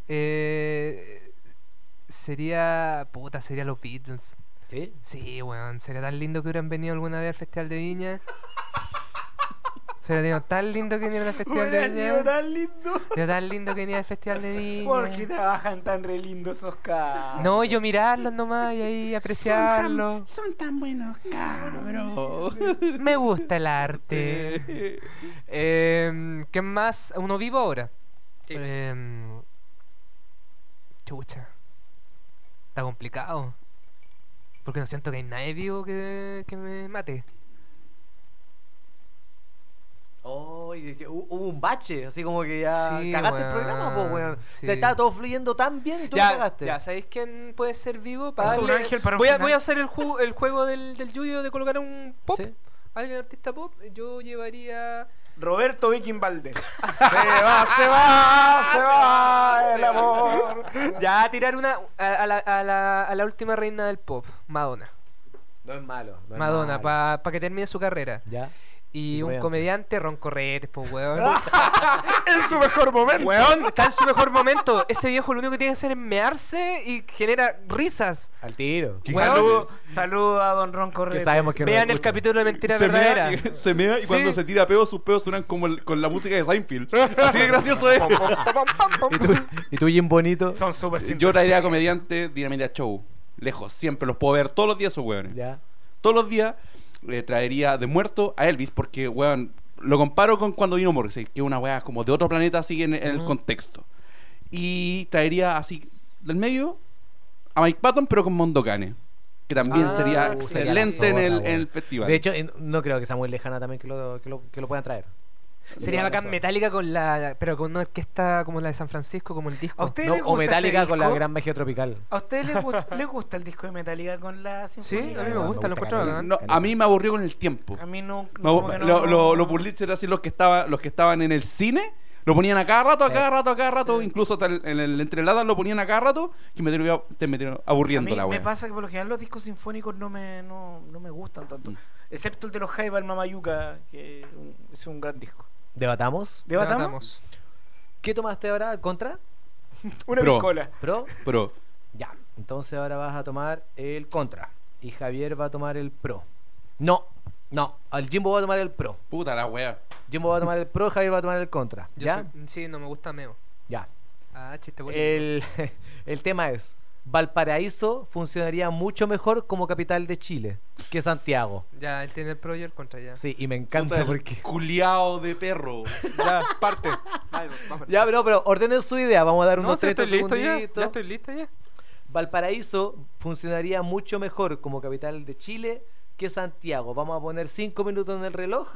[SPEAKER 3] Eh, sería. Puta, sería los Beatles.
[SPEAKER 1] ¿Sí?
[SPEAKER 3] Sí, weón, sería tan lindo que hubieran venido alguna vez al Festival de Viña. Sería tenido tan lindo que vinieran al Festival de
[SPEAKER 5] Hubiera sido
[SPEAKER 3] Viña.
[SPEAKER 5] tan lindo.
[SPEAKER 3] Sería tan lindo que vinieran al Festival de Viña.
[SPEAKER 5] ¿Por qué trabajan tan re lindos esos cabros?
[SPEAKER 3] No, yo mirarlos nomás y ahí apreciarlos.
[SPEAKER 4] Son tan buenos
[SPEAKER 5] (laughs)
[SPEAKER 4] cabros.
[SPEAKER 3] Me gusta el arte. Em, ¿Qué más? Uno vivo ahora. Em, chucha. Está complicado. Porque no siento que hay nadie vivo que, que me mate.
[SPEAKER 1] Oh, y que hu- hubo un bache, así como que ya
[SPEAKER 3] Sí,
[SPEAKER 1] cagaste el
[SPEAKER 3] weón,
[SPEAKER 1] programa, pues, weón.
[SPEAKER 3] sí.
[SPEAKER 1] Te estaba todo fluyendo tan bien y tú lo
[SPEAKER 3] ya,
[SPEAKER 1] cagaste.
[SPEAKER 3] ya, ¿sabéis quién puede ser vivo? Para
[SPEAKER 6] Es un
[SPEAKER 3] darle-
[SPEAKER 6] ángel para un
[SPEAKER 3] voy, a,
[SPEAKER 6] final.
[SPEAKER 3] voy a hacer el, ju- el juego del, del Yu-Gi-Oh! de colocar un pop.
[SPEAKER 1] Sí.
[SPEAKER 3] Alguien artista pop. Yo llevaría.
[SPEAKER 6] Roberto Viking
[SPEAKER 5] (laughs)
[SPEAKER 6] Valdés. Se va, se va, ¡Ah, se va el amor.
[SPEAKER 3] Ah, (laughs) Ya, a tirar una. A, a la, a la- a la última reina del pop, Madonna.
[SPEAKER 1] No es malo. no es
[SPEAKER 3] Madonna,
[SPEAKER 1] malo.
[SPEAKER 3] para que termine su carrera.
[SPEAKER 1] Ya. Y
[SPEAKER 3] Y un
[SPEAKER 1] comediante.
[SPEAKER 3] comediante, Ron Corretes, pues,
[SPEAKER 6] (laughs)
[SPEAKER 3] weón.
[SPEAKER 6] En su mejor momento.
[SPEAKER 3] Weón, está en su mejor momento. Ese viejo lo único que tiene que hacer es mearse y genera risas.
[SPEAKER 1] Al tiro.
[SPEAKER 4] Quizás
[SPEAKER 5] Saludo, saludo a Don Ron Correa.
[SPEAKER 1] Que sabemos que no
[SPEAKER 3] Vean el
[SPEAKER 1] escuchan.
[SPEAKER 3] capítulo de Mentira
[SPEAKER 4] se
[SPEAKER 3] Verdadera.
[SPEAKER 4] mea, se mea y
[SPEAKER 3] Sí.
[SPEAKER 4] cuando se tira peo, sus peos suenan como el- con la música de
[SPEAKER 1] (laughs)
[SPEAKER 4] Seinfeld. Así de gracioso es.
[SPEAKER 1] ¿Y tú, y tú Jim Bonito?
[SPEAKER 5] Son súper
[SPEAKER 4] Yo
[SPEAKER 5] simpáticos.
[SPEAKER 4] traería a comediante Dinamita Show. Lejos, siempre. Los puedo ver todos los días esos weones.
[SPEAKER 1] Ya.
[SPEAKER 4] Todos los días eh, traería de muerto a Elvis porque, weón, lo comparo con cuando vino Morrissey, que es una weá como de otro planeta así en, en el contexto. Y traería así, del medio, a Mike Patton pero con Mondocane. Que también
[SPEAKER 1] Ah,
[SPEAKER 4] sería
[SPEAKER 1] uh, sería la
[SPEAKER 4] excelente en, el,
[SPEAKER 1] zorra,
[SPEAKER 4] en el
[SPEAKER 1] weón.
[SPEAKER 4] festival.
[SPEAKER 1] De hecho, en- no creo que sea muy lejana también que lo, que lo, que lo puedan traer.
[SPEAKER 3] Sería bacán Metallica con la. Pero con una orquesta como la de San Francisco, como el disco.
[SPEAKER 5] ¿A usted
[SPEAKER 1] No,
[SPEAKER 5] le gusta
[SPEAKER 1] o Metallica
[SPEAKER 5] ese
[SPEAKER 1] con la
[SPEAKER 5] disco?
[SPEAKER 1] gran magia tropical.
[SPEAKER 5] ¿A ustedes les, gu- les gusta el disco de Metallica con la
[SPEAKER 3] Sí, a mí
[SPEAKER 5] sinfónica?
[SPEAKER 3] me
[SPEAKER 1] Eso,
[SPEAKER 3] gusta, lo encuentro
[SPEAKER 1] caleta.
[SPEAKER 3] bacán.
[SPEAKER 4] No, a mí me aburrió con el tiempo.
[SPEAKER 5] A mí no.
[SPEAKER 4] Me
[SPEAKER 5] como
[SPEAKER 4] abu-
[SPEAKER 5] que no-
[SPEAKER 4] lo- lo- los Burlitz eran así los que, estaba, los que estaban en el cine. Lo ponían a cada rato, a cada rato, a cada rato. Incluso hasta el- en el entrelada lo ponían a cada rato. Y me terminó, te- me terminó
[SPEAKER 5] A
[SPEAKER 4] aburriendo
[SPEAKER 5] mí
[SPEAKER 4] la
[SPEAKER 5] me
[SPEAKER 4] wea.
[SPEAKER 5] pasa que por lo general los discos sinfónicos no me, no, no me gustan
[SPEAKER 4] Mm.
[SPEAKER 5] tanto. Excepto el de los Jaiba, el Mamayuca, que un- es un gran disco.
[SPEAKER 1] ¿Debatamos?
[SPEAKER 5] ¿Debatamos?
[SPEAKER 1] ¿Qué tomaste ahora? ¿Contra?
[SPEAKER 5] Una
[SPEAKER 4] Pro.
[SPEAKER 5] piscola.
[SPEAKER 1] ¿Pro?
[SPEAKER 4] Pero
[SPEAKER 1] Ya. Entonces ahora vas a tomar el contra. Y Javier va a tomar el pro. No, no. El Jimbo va a tomar el pro.
[SPEAKER 4] Puta la wea.
[SPEAKER 1] Jimbo va a tomar el pro, Javier va a tomar el contra.
[SPEAKER 3] Yo
[SPEAKER 1] ¿Ya?
[SPEAKER 3] soy- mm, sí, no me gusta Meo.
[SPEAKER 1] Ya.
[SPEAKER 3] Ah, chiste bonito.
[SPEAKER 1] El, (laughs) el tema es, Valparaíso funcionaría mucho mejor como capital de Chile que Santiago.
[SPEAKER 3] Ya, él tiene el pro y el contra ya.
[SPEAKER 1] Sí, y me
[SPEAKER 4] Puta
[SPEAKER 1] encanta
[SPEAKER 4] el
[SPEAKER 1] porque...
[SPEAKER 4] Culiao de perro.
[SPEAKER 6] Ya, parte.
[SPEAKER 3] Algo,
[SPEAKER 1] (laughs)
[SPEAKER 3] vamos.
[SPEAKER 1] Ya, pero, pero ordenen su idea, vamos a dar unos
[SPEAKER 6] No, si
[SPEAKER 1] 30
[SPEAKER 6] estoy listo ya.
[SPEAKER 1] segunditos.
[SPEAKER 6] Ya estoy listo ya.
[SPEAKER 1] Valparaíso funcionaría mucho mejor como capital de Chile que Santiago. Vamos a poner 5 minutos en el reloj.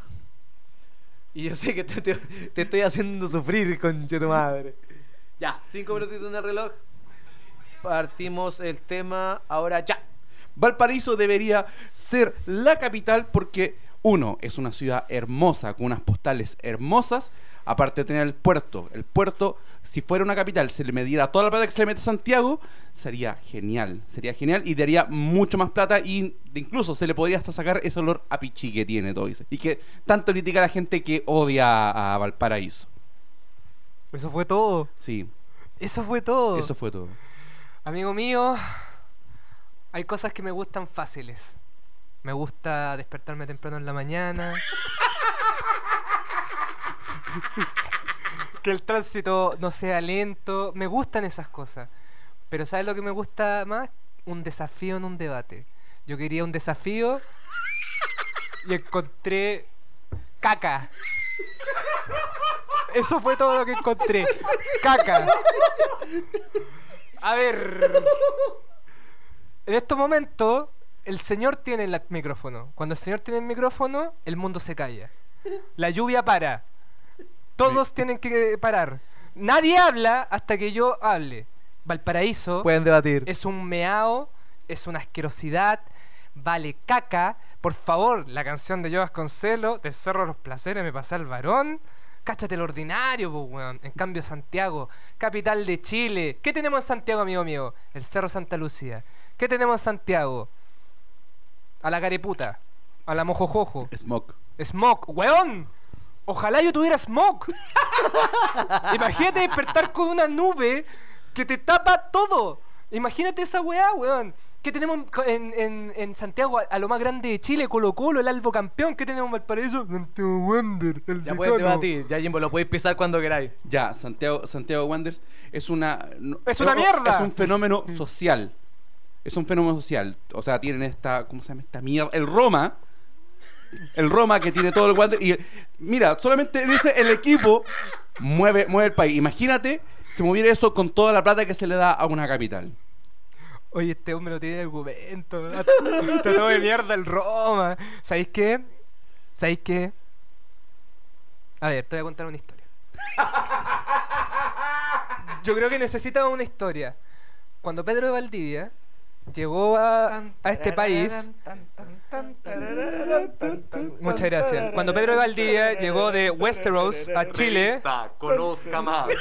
[SPEAKER 1] Y yo sé que te, te- te estoy haciendo sufrir, conche tu madre. Ya, 5 minutitos en el reloj. Partimos el tema ahora ya.
[SPEAKER 4] Valparaíso debería ser la capital porque, uno, es una ciudad hermosa, con unas postales hermosas, aparte de tener el puerto. El puerto, si fuera una capital, se le mediera toda la plata que se le mete a Santiago, sería genial, sería genial y daría mucho más plata y de- incluso se le podría hasta sacar ese olor a pichí que tiene todo dice. Y que tanto critica la gente que odia a Valparaíso.
[SPEAKER 3] Eso fue todo.
[SPEAKER 4] Sí,
[SPEAKER 3] Eso fue todo.
[SPEAKER 4] eso fue todo.
[SPEAKER 3] Amigo mío, hay cosas que me gustan fáciles. Me gusta despertarme temprano en la mañana. que el tránsito no sea lento. Me gustan esas cosas. Pero ¿sabes lo que me gusta más? Un desafío en un debate. Yo quería un desafío y encontré caca. Eso fue todo lo que encontré. Caca. A ver. En estos momentos, el señor tiene el micrófono. Cuando el señor tiene el micrófono, el mundo se calla. La lluvia para. Todos tienen que parar. Nadie habla hasta que yo hable. Valparaíso
[SPEAKER 1] Pueden debatir.
[SPEAKER 3] es un meao, es una asquerosidad, vale caca. Por favor, la canción de Yo Vasconcelo, del Cerro de los Placeres, me pasa el varón. Cáchate lo ordinario, pues, weón. En cambio, Santiago, capital de Chile. ¿Qué tenemos en Santiago, amigo mío? El Cerro Santa Lucía. ¿Qué tenemos en Santiago? A la careputa. A la mojojojo.
[SPEAKER 4] Smoke.
[SPEAKER 3] Smoke, weón. Ojalá yo tuviera smoke. Imagínate despertar con una nube que te tapa todo. Imagínate esa weá, weón. ¿Qué tenemos en, co- en, en- en Santiago, a, a lo más grande de Chile, Colo Colo, el Albo Campeón? ¿Qué tenemos en Valparaíso? Santiago Wander, el
[SPEAKER 1] Ya pues, este puedes
[SPEAKER 3] decano.
[SPEAKER 1] debatir, ya Jimbo, lo podéis pisar cuando queráis.
[SPEAKER 4] Ya, Santiago, Santiago Wanderers es una. no-
[SPEAKER 3] ¡Es una mierda!
[SPEAKER 4] Es un fenómeno social. Es un fenómeno social. O sea, tienen esta. ¿Cómo se llama esta mierda? El Roma. El Roma que tiene todo el Wander. Y mira, solamente en ese el equipo mueve, mueve el país. Imagínate si moviera eso con toda la plata que se le da a una capital.
[SPEAKER 3] Oye, este hombre no tiene argumento. ¿verdad? Trató de mierda el Roma. ¿Sabéis qué? ¿Sabéis qué? A ver, te voy a contar una historia. Yo creo que necesita una historia. Cuando Pedro de Valdivia llegó a, a este país. Muchas gracias. Cuando Pedro de Valdivia llegó de Westeros a Chile.
[SPEAKER 5] (laughs)
[SPEAKER 6] Conozca más.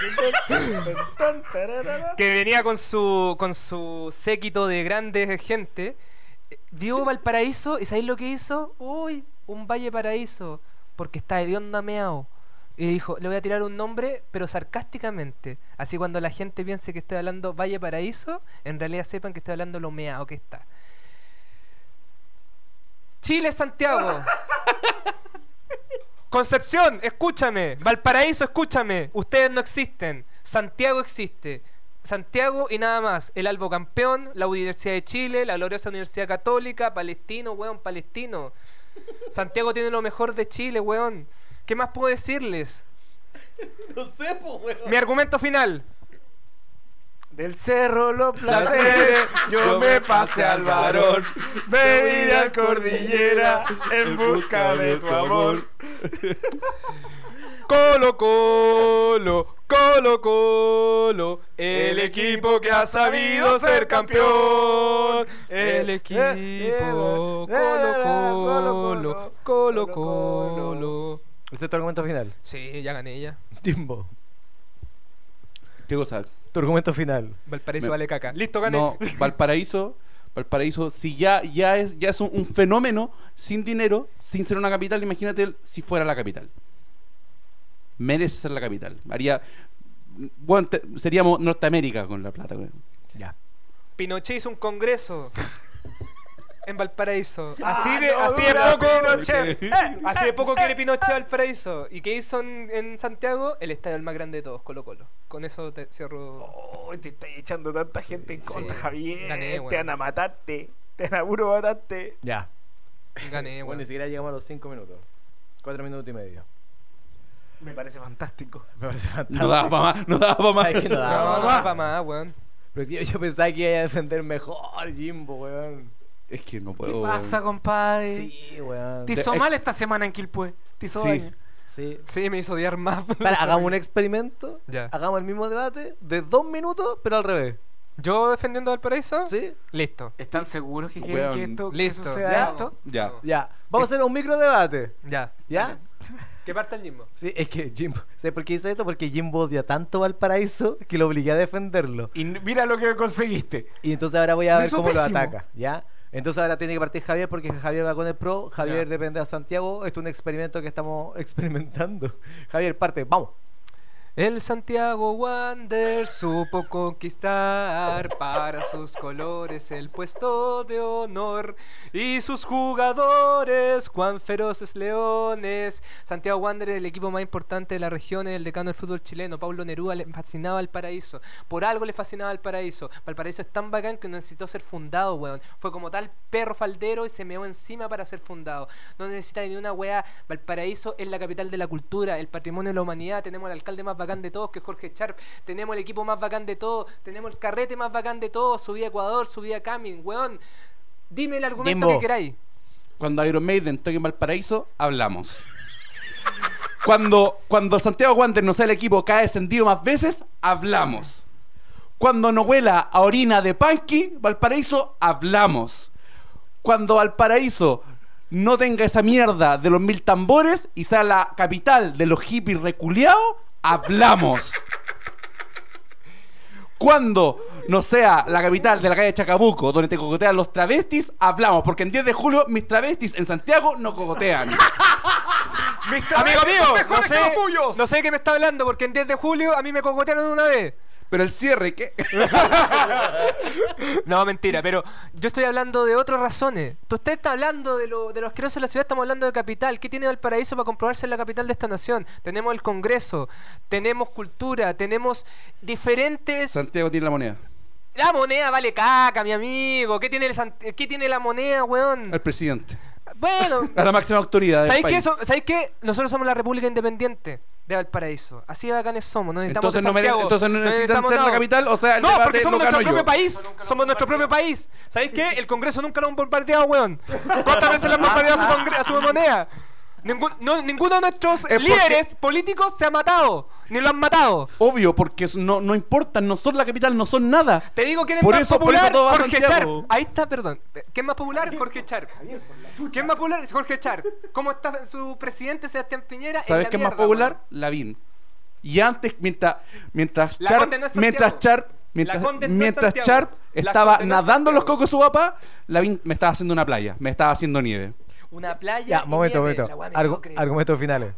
[SPEAKER 3] (laughs) que venía con su con su séquito de grandes gente eh, vio Valparaíso y sabéis lo que hizo uy un valle paraíso porque está hedionda meao y dijo le voy a tirar un nombre pero sarcásticamente así cuando la gente piense que estoy hablando valle paraíso en realidad sepan que estoy hablando lo meao que está Chile Santiago Concepción, escúchame. Valparaíso, escúchame. Ustedes no existen. Santiago existe. Santiago y nada más. El Albo Campeón, la Universidad de Chile, la gloriosa Universidad Católica, Palestino, weón, Palestino. Santiago tiene lo mejor de Chile, weón. ¿Qué más puedo decirles?
[SPEAKER 1] No sé, po, weón.
[SPEAKER 3] Mi argumento final.
[SPEAKER 5] Del cerro lo
[SPEAKER 4] placeres, yo me pasé al varón,
[SPEAKER 5] me
[SPEAKER 4] vine al cordillera en busca de tu amor.
[SPEAKER 3] Colo Colo, Colo Colo, el equipo que ha sabido ser campeón. El eh, equipo eh, Colo Colo, Colo Colo.
[SPEAKER 1] Ese es tu argumento final.
[SPEAKER 3] Sí, ya gané ya.
[SPEAKER 1] Jimbo,
[SPEAKER 4] ¿Qué cosa?
[SPEAKER 1] tu argumento final.
[SPEAKER 3] Valparaíso
[SPEAKER 4] Me-
[SPEAKER 3] vale caca. Listo,
[SPEAKER 5] (laughs)
[SPEAKER 3] gané.
[SPEAKER 4] No, Valparaíso, Valparaíso, si ya, ya es, ya es un, un fenómeno sin dinero, sin ser una capital, imagínate el- si fuera la capital. Merece ser la capital. Haría, bueno, te- seríamos Norteamérica con la plata. güey.
[SPEAKER 1] Ya.
[SPEAKER 3] Pinochet hizo un congreso
[SPEAKER 5] (laughs)
[SPEAKER 3] en Valparaíso. Así de,
[SPEAKER 5] Ah, no
[SPEAKER 3] así de
[SPEAKER 5] dura eh,
[SPEAKER 3] poco. (laughs) Eh, Así de poco quiere Pinochet Valparaíso. ¿Y qué hizo en, en Santiago? El estadio el más grande de todos, Colo Colo. Con eso te cierro.
[SPEAKER 5] Oh, te está echando tanta gente en
[SPEAKER 3] Sí.
[SPEAKER 5] contra, Javier.
[SPEAKER 3] Gané,
[SPEAKER 5] Te
[SPEAKER 3] weón.
[SPEAKER 5] van a matarte. Te van a puro matarte.
[SPEAKER 1] Ya.
[SPEAKER 3] Gané,
[SPEAKER 1] Bueno,
[SPEAKER 3] weón.
[SPEAKER 1] ni siquiera llegamos a los 5 minutos. 4 minutos y medio.
[SPEAKER 5] Me parece fantástico.
[SPEAKER 1] Me parece fantástico.
[SPEAKER 4] No daba para más, no daba para más.
[SPEAKER 1] (laughs) Sabes que no
[SPEAKER 3] No,
[SPEAKER 1] daba
[SPEAKER 3] no,
[SPEAKER 1] pa'
[SPEAKER 3] pa' más, weón.
[SPEAKER 1] más. Pero es que yo, yo pensaba que iba a defender mejor, Jimbo, weón.
[SPEAKER 4] Es que no
[SPEAKER 5] ¿Qué
[SPEAKER 4] puedo. güey.
[SPEAKER 5] pasa, compadre?
[SPEAKER 1] Sí, weón.
[SPEAKER 5] Te
[SPEAKER 4] De-
[SPEAKER 5] hizo
[SPEAKER 4] es-
[SPEAKER 5] mal esta semana en Quilpue. Te hizo
[SPEAKER 4] Sí.
[SPEAKER 5] daño. (laughs)
[SPEAKER 1] Sí.
[SPEAKER 3] Sí, me hizo odiar más.
[SPEAKER 1] Para, hagamos un experimento.
[SPEAKER 3] Ya.
[SPEAKER 1] Hagamos el mismo debate de dos minutos, pero al revés.
[SPEAKER 3] (laughs) ¿Yo defendiendo a
[SPEAKER 5] Ah.
[SPEAKER 3] Valparaíso?
[SPEAKER 1] ¿Sí?
[SPEAKER 3] Listo.
[SPEAKER 5] ¿Están seguros que
[SPEAKER 4] Weón,
[SPEAKER 5] quieren que esto que
[SPEAKER 3] listo.
[SPEAKER 5] suceda
[SPEAKER 1] Ya.
[SPEAKER 5] esto?
[SPEAKER 4] Ya.
[SPEAKER 1] Ya. Vamos a hacer un micro debate.
[SPEAKER 3] Ya.
[SPEAKER 1] ¿Ya?
[SPEAKER 3] Que parte el mismo.
[SPEAKER 1] Sí, es que Jimbo. ¿Sabes por qué hice esto? Porque Jimbo odia tanto Valparaíso que lo obligué a defenderlo.
[SPEAKER 5] Y n- mira lo que conseguiste.
[SPEAKER 1] Y entonces ahora voy a
[SPEAKER 5] Lo
[SPEAKER 1] ver
[SPEAKER 5] hizo
[SPEAKER 1] cómo lo
[SPEAKER 5] pésimo.
[SPEAKER 1] ataca, ¿ya? Entonces ahora tiene que partir Javier porque Javier va con el pro, Javier
[SPEAKER 3] Ya.
[SPEAKER 1] depende a Santiago, esto es un experimento que estamos (laughs) experimentando. Javier, parte, vamos.
[SPEAKER 3] El Santiago Wander supo conquistar para sus colores el puesto de honor y sus jugadores, cuán feroces leones. Santiago Wander es el equipo más importante de la región, es el decano del fútbol chileno. Pablo Neruda le fascinaba el paraíso. Por algo le fascinaba el paraíso. Valparaíso es tan bacán que no necesitó ser fundado, weón. Fue como tal perro faldero y se meó encima para ser fundado. No necesita ni una weá. Valparaíso es la capital de la cultura, el patrimonio de la humanidad. Tenemos al alcalde más bacán de todos, que es Jorge Charp. Tenemos el equipo más bacán de todos. Tenemos el carrete más bacán de todos. Subí a Ecuador, subí a Camin, weón. Dime el argumento
[SPEAKER 1] Jimbo.
[SPEAKER 3] que queráis.
[SPEAKER 4] Cuando Iron Maiden toque en Valparaíso, hablamos. Cuando, cuando Santiago Wander no sea el equipo que ha descendido más veces, hablamos. Cuando no huela a orina de Panky, Valparaíso, hablamos. Cuando Valparaíso no tenga esa mierda de los mil tambores y sea la capital de los hippies reculeados, hablamos. Cuando no sea la capital de la calle Chacabuco, donde te cogotean los travestis, hablamos. Porque en 10 de julio mis travestis en Santiago no cogotean.
[SPEAKER 3] Amigo mío, no sé, no sé de qué me está hablando porque en 10 de julio a mí me cogotearon una vez.
[SPEAKER 4] Pero el cierre,
[SPEAKER 3] (laughs)
[SPEAKER 4] ¿qué?
[SPEAKER 3] No, mentira, pero yo estoy hablando de otras razones. Tú- Usted está hablando de, lo, de los asquerosos de la ciudad, estamos hablando de capital. ¿Qué tiene Valparaíso para comprobarse en la capital de esta nación? Tenemos el Congreso, tenemos cultura, tenemos diferentes...
[SPEAKER 4] Santiago tiene la moneda.
[SPEAKER 3] La moneda vale caca, mi amigo. ¿Qué tiene, el Sant- ¿Qué tiene la moneda, weón?
[SPEAKER 4] El presidente. (laughs)
[SPEAKER 3] Bueno,
[SPEAKER 4] A la máxima autoridad. Del
[SPEAKER 3] ¿sabéis
[SPEAKER 4] país.
[SPEAKER 3] qué? So- ¿Sabéis qué? Nosotros somos la República Independiente de Valparaíso. Así de bacanes somos. No necesitamos
[SPEAKER 4] Entonces
[SPEAKER 3] de
[SPEAKER 4] no, mere-
[SPEAKER 3] Santiago,
[SPEAKER 4] entonces no necesitan
[SPEAKER 3] necesitamos
[SPEAKER 4] ser la
[SPEAKER 3] nada.
[SPEAKER 4] capital, o sea, el
[SPEAKER 3] No,
[SPEAKER 4] debate
[SPEAKER 3] porque somos
[SPEAKER 4] lo
[SPEAKER 3] nuestro
[SPEAKER 4] gano yo.
[SPEAKER 3] propio país. Somos nuestro propio país. ¿Sabéis qué? El Congreso nunca lo han bombardeado, weón. ¿Cuántas veces le han bombardeado a su, congre- a su moneda? Ningún- no, ninguno de nuestros
[SPEAKER 4] porque-
[SPEAKER 3] líderes políticos se ha matado, ni lo han matado.
[SPEAKER 4] Obvio, porque es- no, no importan, no son la capital, no son nada.
[SPEAKER 3] Te digo quién es
[SPEAKER 4] Por
[SPEAKER 3] más
[SPEAKER 4] eso- por
[SPEAKER 3] popular,
[SPEAKER 4] eso todo va a
[SPEAKER 3] Jorge
[SPEAKER 4] Santiago.
[SPEAKER 3] Sharp. Ahí está, perdón. ¿Quién es más popular? Jorge Sharp. ¿Quién es más popular? Jorge Sharp. ¿Cómo está su presidente Sebastián Piñera? En
[SPEAKER 4] ¿Sabes
[SPEAKER 3] la
[SPEAKER 4] qué es más
[SPEAKER 3] mierda,
[SPEAKER 4] popular?
[SPEAKER 3] weón.
[SPEAKER 4] Lavín. Y antes, mientras mientras
[SPEAKER 3] La
[SPEAKER 4] Sharp,
[SPEAKER 3] Conde no es
[SPEAKER 4] mientras
[SPEAKER 3] Santiago.
[SPEAKER 4] Sharp, mientras,
[SPEAKER 3] La Conde no es
[SPEAKER 4] mientras
[SPEAKER 3] Santiago.
[SPEAKER 4] Sharp
[SPEAKER 3] La
[SPEAKER 4] estaba
[SPEAKER 3] Conde no es
[SPEAKER 4] nadando en los
[SPEAKER 3] Santiago.
[SPEAKER 4] cocos su papá, Lavín me estaba haciendo una playa, me estaba haciendo nieve.
[SPEAKER 3] Una playa.
[SPEAKER 1] (laughs) Ya,
[SPEAKER 3] y
[SPEAKER 1] momento,
[SPEAKER 3] nieve, la
[SPEAKER 1] momento.
[SPEAKER 3] weá
[SPEAKER 1] Argu-
[SPEAKER 3] mediocre.
[SPEAKER 1] argumentos finales.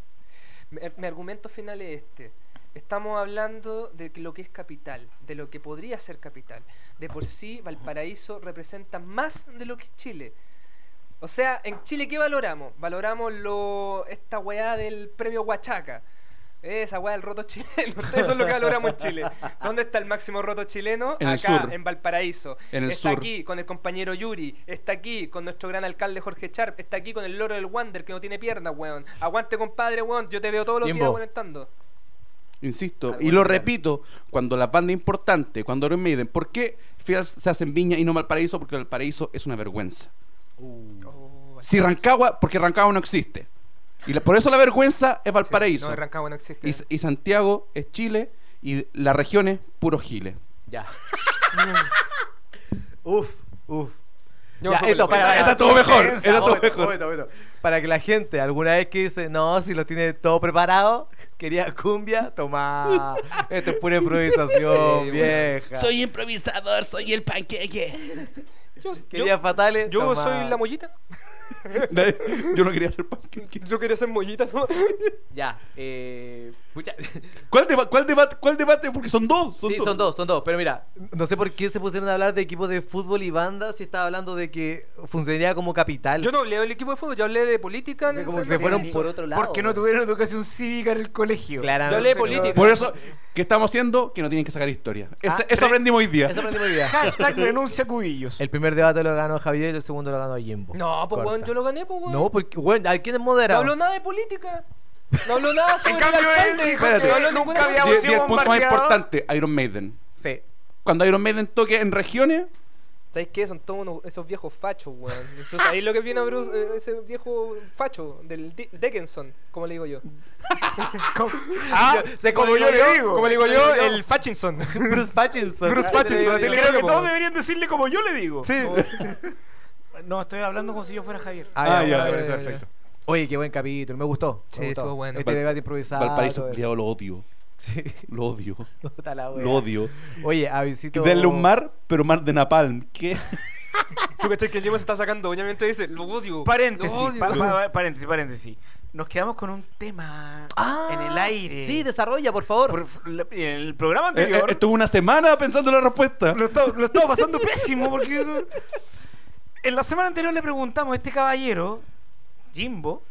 [SPEAKER 3] Mi, mi argumento final es este. Estamos hablando de que lo que es capital, de lo que podría ser capital. De por sí, Valparaíso representa más de lo que es Chile. O sea, en Chile, ¿qué valoramos? Valoramos lo, esta weá del premio Huachaca. Esa weá del roto (laughs) chileno. Eso es lo que valoramos en Chile. ¿Dónde está el máximo roto chileno?
[SPEAKER 4] En el
[SPEAKER 3] Acá,
[SPEAKER 4] sur.
[SPEAKER 3] en Valparaíso.
[SPEAKER 4] En el
[SPEAKER 3] está
[SPEAKER 4] sur.
[SPEAKER 3] aquí con el compañero Yuri. Está aquí con nuestro gran alcalde Jorge Sharp. Está aquí con el loro del Wander que no tiene pierna, weón. Aguante, compadre, weón. Yo te veo todos los días
[SPEAKER 1] Tiempo.
[SPEAKER 3] aguantando.
[SPEAKER 4] Insisto, y lo repito, cuando la banda importante, cuando Iron Maiden, ¿por qué Fierce se hacen Viña y no Valparaíso? Porque Valparaíso es una vergüenza.
[SPEAKER 3] Oh,
[SPEAKER 4] Pues, Si Rancagua, porque Rancagua no existe. Y la- por eso la vergüenza es Valparaíso.
[SPEAKER 3] No, en Rancagua no existe.
[SPEAKER 4] y, S- y Santiago es Chile y las regiones puros (laughs) giles.
[SPEAKER 1] Ya. (laughs) uf, uf. Ya,
[SPEAKER 3] Yo me fui
[SPEAKER 1] esto,
[SPEAKER 3] con la
[SPEAKER 1] para,
[SPEAKER 3] pelota.
[SPEAKER 4] está todo mejor,
[SPEAKER 1] Tensa,
[SPEAKER 4] está todo
[SPEAKER 1] momento,
[SPEAKER 4] mejor.
[SPEAKER 1] momento, momento. Para que la gente alguna vez que dice, no, si lo tiene todo preparado, quería cumbia,
[SPEAKER 3] (laughs)
[SPEAKER 1] toma. Esto es pura improvisación,
[SPEAKER 3] Sí,
[SPEAKER 1] vieja.
[SPEAKER 4] improvisador, soy el panqueque.
[SPEAKER 3] Yo-
[SPEAKER 1] Quería fatales.
[SPEAKER 3] Yo, yo
[SPEAKER 1] tomá.
[SPEAKER 3] soy la mollita. (laughs)
[SPEAKER 4] Yo no quería ser panqueque.
[SPEAKER 3] Yo quería ser mollita. ¿no?
[SPEAKER 1] Ya. Eh, pucha.
[SPEAKER 4] ¿Cuál, deba- cuál debate? ¿Cuál debate? Porque son dos. Son
[SPEAKER 1] sí,
[SPEAKER 4] dos.
[SPEAKER 1] son dos, son dos. Pero mira, no sé por qué se pusieron a hablar de equipos de fútbol y bandas si estaba hablando de que funcionaría como capital.
[SPEAKER 3] Yo no hablé del equipo de fútbol, yo hablé de política.
[SPEAKER 1] O sea,
[SPEAKER 3] en
[SPEAKER 1] como
[SPEAKER 3] ese
[SPEAKER 1] se fueron
[SPEAKER 3] momento.
[SPEAKER 1] por otro lado.
[SPEAKER 5] Porque no tuvieron educación cívica en el colegio.
[SPEAKER 1] Claramente.
[SPEAKER 3] Yo hablé de política.
[SPEAKER 4] Por eso, ¿qué estamos haciendo? Que no tienen que sacar historia. Ese-
[SPEAKER 1] Ah,
[SPEAKER 4] eso
[SPEAKER 1] re-
[SPEAKER 4] aprendimos hoy día.
[SPEAKER 1] Eso aprendí muy bien.
[SPEAKER 5] Hashtag renuncia
[SPEAKER 1] (laughs)
[SPEAKER 5] a cubillos.
[SPEAKER 1] El primer debate lo ganó Javier y el segundo lo ganó Jimbo.
[SPEAKER 3] No, pues
[SPEAKER 1] Corta.
[SPEAKER 3] weón, yo lo gané, pues weón.
[SPEAKER 1] No, porque, bueno, ¿a quién es
[SPEAKER 3] No
[SPEAKER 1] moderado?
[SPEAKER 3] habló nada de política. No habló nada
[SPEAKER 5] (laughs)
[SPEAKER 3] sobre
[SPEAKER 5] En cambio,
[SPEAKER 3] el
[SPEAKER 5] él
[SPEAKER 3] alcalde.
[SPEAKER 5] dijo
[SPEAKER 4] Espérate.
[SPEAKER 5] que
[SPEAKER 3] No habló
[SPEAKER 5] él
[SPEAKER 3] ninguna
[SPEAKER 5] nunca había
[SPEAKER 3] weá.
[SPEAKER 4] Y- y
[SPEAKER 5] sido
[SPEAKER 4] el punto más
[SPEAKER 5] bombardeado.
[SPEAKER 4] importante, Iron Maiden.
[SPEAKER 1] Sí.
[SPEAKER 4] Cuando Iron Maiden toque en regiones,
[SPEAKER 3] ¿Sabes qué? Son todos unos- esos viejos fachos, weón. Entonces ahí lo que viene a Bruce, eh, ese viejo facho del Di- Dickinson, como le digo yo. ah,
[SPEAKER 1] Yo- sé como yo le digo.
[SPEAKER 3] Como le digo
[SPEAKER 1] Yo
[SPEAKER 3] yo,
[SPEAKER 1] le digo.
[SPEAKER 3] el Fatchinson.
[SPEAKER 1] Bruce Patchinson.
[SPEAKER 3] Bruce Patchinson, así le
[SPEAKER 5] Creo que
[SPEAKER 3] como-
[SPEAKER 5] todos deberían decirle como yo le digo.
[SPEAKER 3] Sí.
[SPEAKER 5] No, estoy hablando como si yo fuera Javier.
[SPEAKER 1] Ah,
[SPEAKER 4] Ah,
[SPEAKER 1] ya,
[SPEAKER 4] ya,
[SPEAKER 1] bueno,
[SPEAKER 4] me
[SPEAKER 3] parece
[SPEAKER 1] ya, ya.
[SPEAKER 3] perfecto.
[SPEAKER 1] Oye, qué buen capítulo, me gustó. me
[SPEAKER 3] Sí,
[SPEAKER 1] gustó.
[SPEAKER 3] estuvo bueno.
[SPEAKER 1] Este
[SPEAKER 4] Val-
[SPEAKER 1] debate improvisado.
[SPEAKER 4] Valparaíso,
[SPEAKER 1] todo eso.
[SPEAKER 4] culiao, lo odio.
[SPEAKER 1] Sí,
[SPEAKER 4] Lo odio.
[SPEAKER 1] puta (laughs) la wea.
[SPEAKER 4] Lo odio.
[SPEAKER 1] Oye, a visito.
[SPEAKER 4] Denle un mar, pero mar de napalm. ¿Qué?
[SPEAKER 3] (laughs) Tú cachai que el Jimmy se está sacando uña mientras dice, lo odio.
[SPEAKER 5] Paréntesis,
[SPEAKER 3] lo odio".
[SPEAKER 5] pa- pa- paréntesis, paréntesis. Nos quedamos con un tema
[SPEAKER 1] Ah,
[SPEAKER 5] en el aire.
[SPEAKER 1] Sí, desarrolla, por favor.
[SPEAKER 5] Por f- la- en el programa
[SPEAKER 4] Eh, eh,
[SPEAKER 5] anterior
[SPEAKER 4] Estuve una semana pensando la respuesta.
[SPEAKER 5] lo, estaba, lo estaba pasando pésimo porque en la semana anterior le preguntamos a este caballero, Jimbo,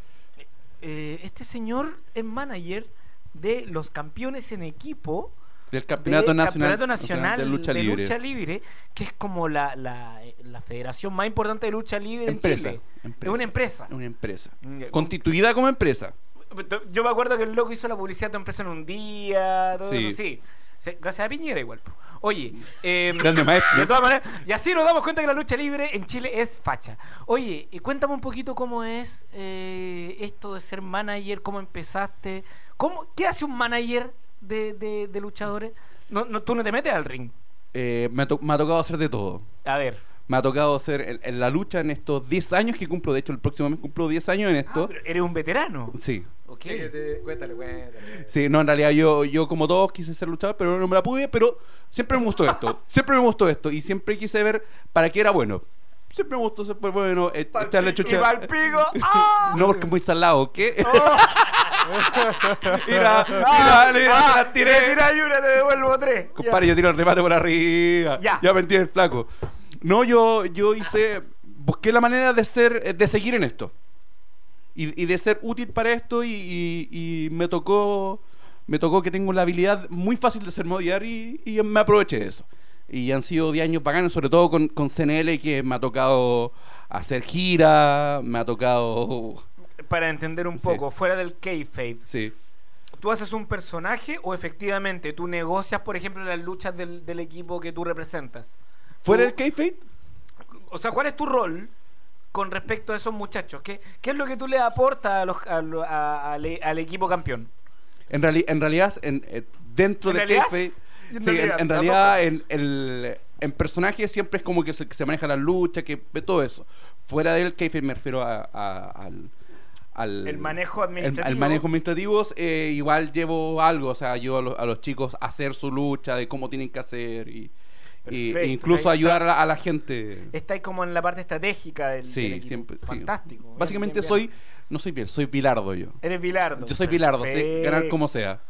[SPEAKER 5] eh, este señor es manager de los campeones en equipo
[SPEAKER 4] Del
[SPEAKER 5] de
[SPEAKER 4] campeonato nacional,
[SPEAKER 5] Campeonato Nacional
[SPEAKER 4] de lucha libre.
[SPEAKER 5] Libre, que es como la, la- eh, la federación más importante de lucha libre
[SPEAKER 4] Empresa,
[SPEAKER 5] en Chile.
[SPEAKER 4] empresa.
[SPEAKER 5] Es una empresa.
[SPEAKER 4] Una empresa.
[SPEAKER 5] Mm,
[SPEAKER 4] Constituida como empresa.
[SPEAKER 5] Yo me acuerdo que el loco hizo la publicidad de tu empresa en un día, todo
[SPEAKER 4] Sí.
[SPEAKER 5] eso, sí. Se- Gracias a Piñera igual. po. Oye, em,
[SPEAKER 4] Grande maestro.
[SPEAKER 5] de todas maneras, y así nos damos cuenta que la lucha libre en Chile es facha. Oye, y cuéntame un poquito cómo es eh, esto de ser manager, cómo empezaste, cómo, qué hace un manager de, de- de luchadores. No, no, tú no te metes al ring.
[SPEAKER 4] Eh, me, ha to- me ha tocado hacer de todo.
[SPEAKER 5] A ver.
[SPEAKER 4] Me ha tocado hacer en, en la lucha en estos 10 años que cumplo. De hecho, el próximo mes cumplo 10 años en
[SPEAKER 5] Ah,
[SPEAKER 4] esto.
[SPEAKER 5] pero eres un veterano.
[SPEAKER 4] Sí.
[SPEAKER 5] Ok.
[SPEAKER 1] Cuéntale, cuéntale.
[SPEAKER 4] Sí, no, en realidad yo, yo como todos quise ser luchador, pero no me la pude, pero siempre me gustó esto. siempre me gustó esto y siempre quise ver para qué era bueno. Siempre me gustó ser bueno, eh, echarle (laughs)
[SPEAKER 5] Y
[SPEAKER 4] chucha.
[SPEAKER 5] pa'l pico, ¡ah!
[SPEAKER 4] No, porque es muy salado, ¿qué? (laughs) Mira,
[SPEAKER 5] ¡Ah!
[SPEAKER 4] mira, mira, la tiré.
[SPEAKER 5] Tira y una, te devuelvo tres. Ya.
[SPEAKER 4] Compadre, yo tiro el remate por arriba.
[SPEAKER 5] Ya.
[SPEAKER 4] Ya me entiendes, flaco. No, yo, yo hice. Busqué la manera de ser, eh, de seguir en esto. Y, y de ser útil para esto. Y, y- y me tocó. Me tocó que tengo la habilidad muy fácil de ser modiar y, y me aproveché de eso. Y han sido 10 años bacanos, sobre todo con, con CNL, que me ha tocado hacer gira, me ha tocado.
[SPEAKER 5] Para entender un
[SPEAKER 4] Sí.
[SPEAKER 5] poco, fuera del kayfabe,
[SPEAKER 4] Sí.
[SPEAKER 5] ¿tú haces un personaje o efectivamente tú negocias, por ejemplo, las luchas del, del equipo que tú representas?
[SPEAKER 4] ¿Fuera
[SPEAKER 5] Tú-
[SPEAKER 4] el K-Fate?
[SPEAKER 5] O sea, ¿cuál es tu rol con respecto a esos muchachos? ¿Qué, qué es lo que tú le aportas a los- a lo- a- al, e, al equipo campeón?
[SPEAKER 4] En, reali- en realidad, en, eh, dentro
[SPEAKER 5] ¿En
[SPEAKER 4] de
[SPEAKER 5] realidad?
[SPEAKER 4] Kayfabe,
[SPEAKER 5] En
[SPEAKER 4] sí, en,
[SPEAKER 5] realidad,
[SPEAKER 4] en
[SPEAKER 5] la
[SPEAKER 4] realidad,
[SPEAKER 5] roca.
[SPEAKER 4] en, el, en personajes siempre es como que se, que se maneja la lucha, que ve todo eso. Fuera del Kayfabe me refiero a- a- al, al-
[SPEAKER 5] El manejo
[SPEAKER 4] el-
[SPEAKER 5] administrativo.
[SPEAKER 4] al manejo administrativo, eh, igual llevo algo, o sea, ayudo a, los- a los chicos a hacer su lucha, de cómo tienen que hacer y, y-
[SPEAKER 5] Perfecto,
[SPEAKER 4] e incluso
[SPEAKER 5] ahí está.
[SPEAKER 4] ayudar a la, a la gente.
[SPEAKER 5] Estáis como en la parte estratégica del,
[SPEAKER 4] Sí,
[SPEAKER 5] del equipo.
[SPEAKER 4] siempre, sí.
[SPEAKER 5] Fantástico. Bien,
[SPEAKER 4] Básicamente
[SPEAKER 5] bien,
[SPEAKER 4] soy,
[SPEAKER 5] bien.
[SPEAKER 4] no soy piel, soy pilardo yo.
[SPEAKER 5] Eres Bilardo.
[SPEAKER 4] Yo soy pilardo, sé
[SPEAKER 5] Perfecto,
[SPEAKER 4] ganar como sea.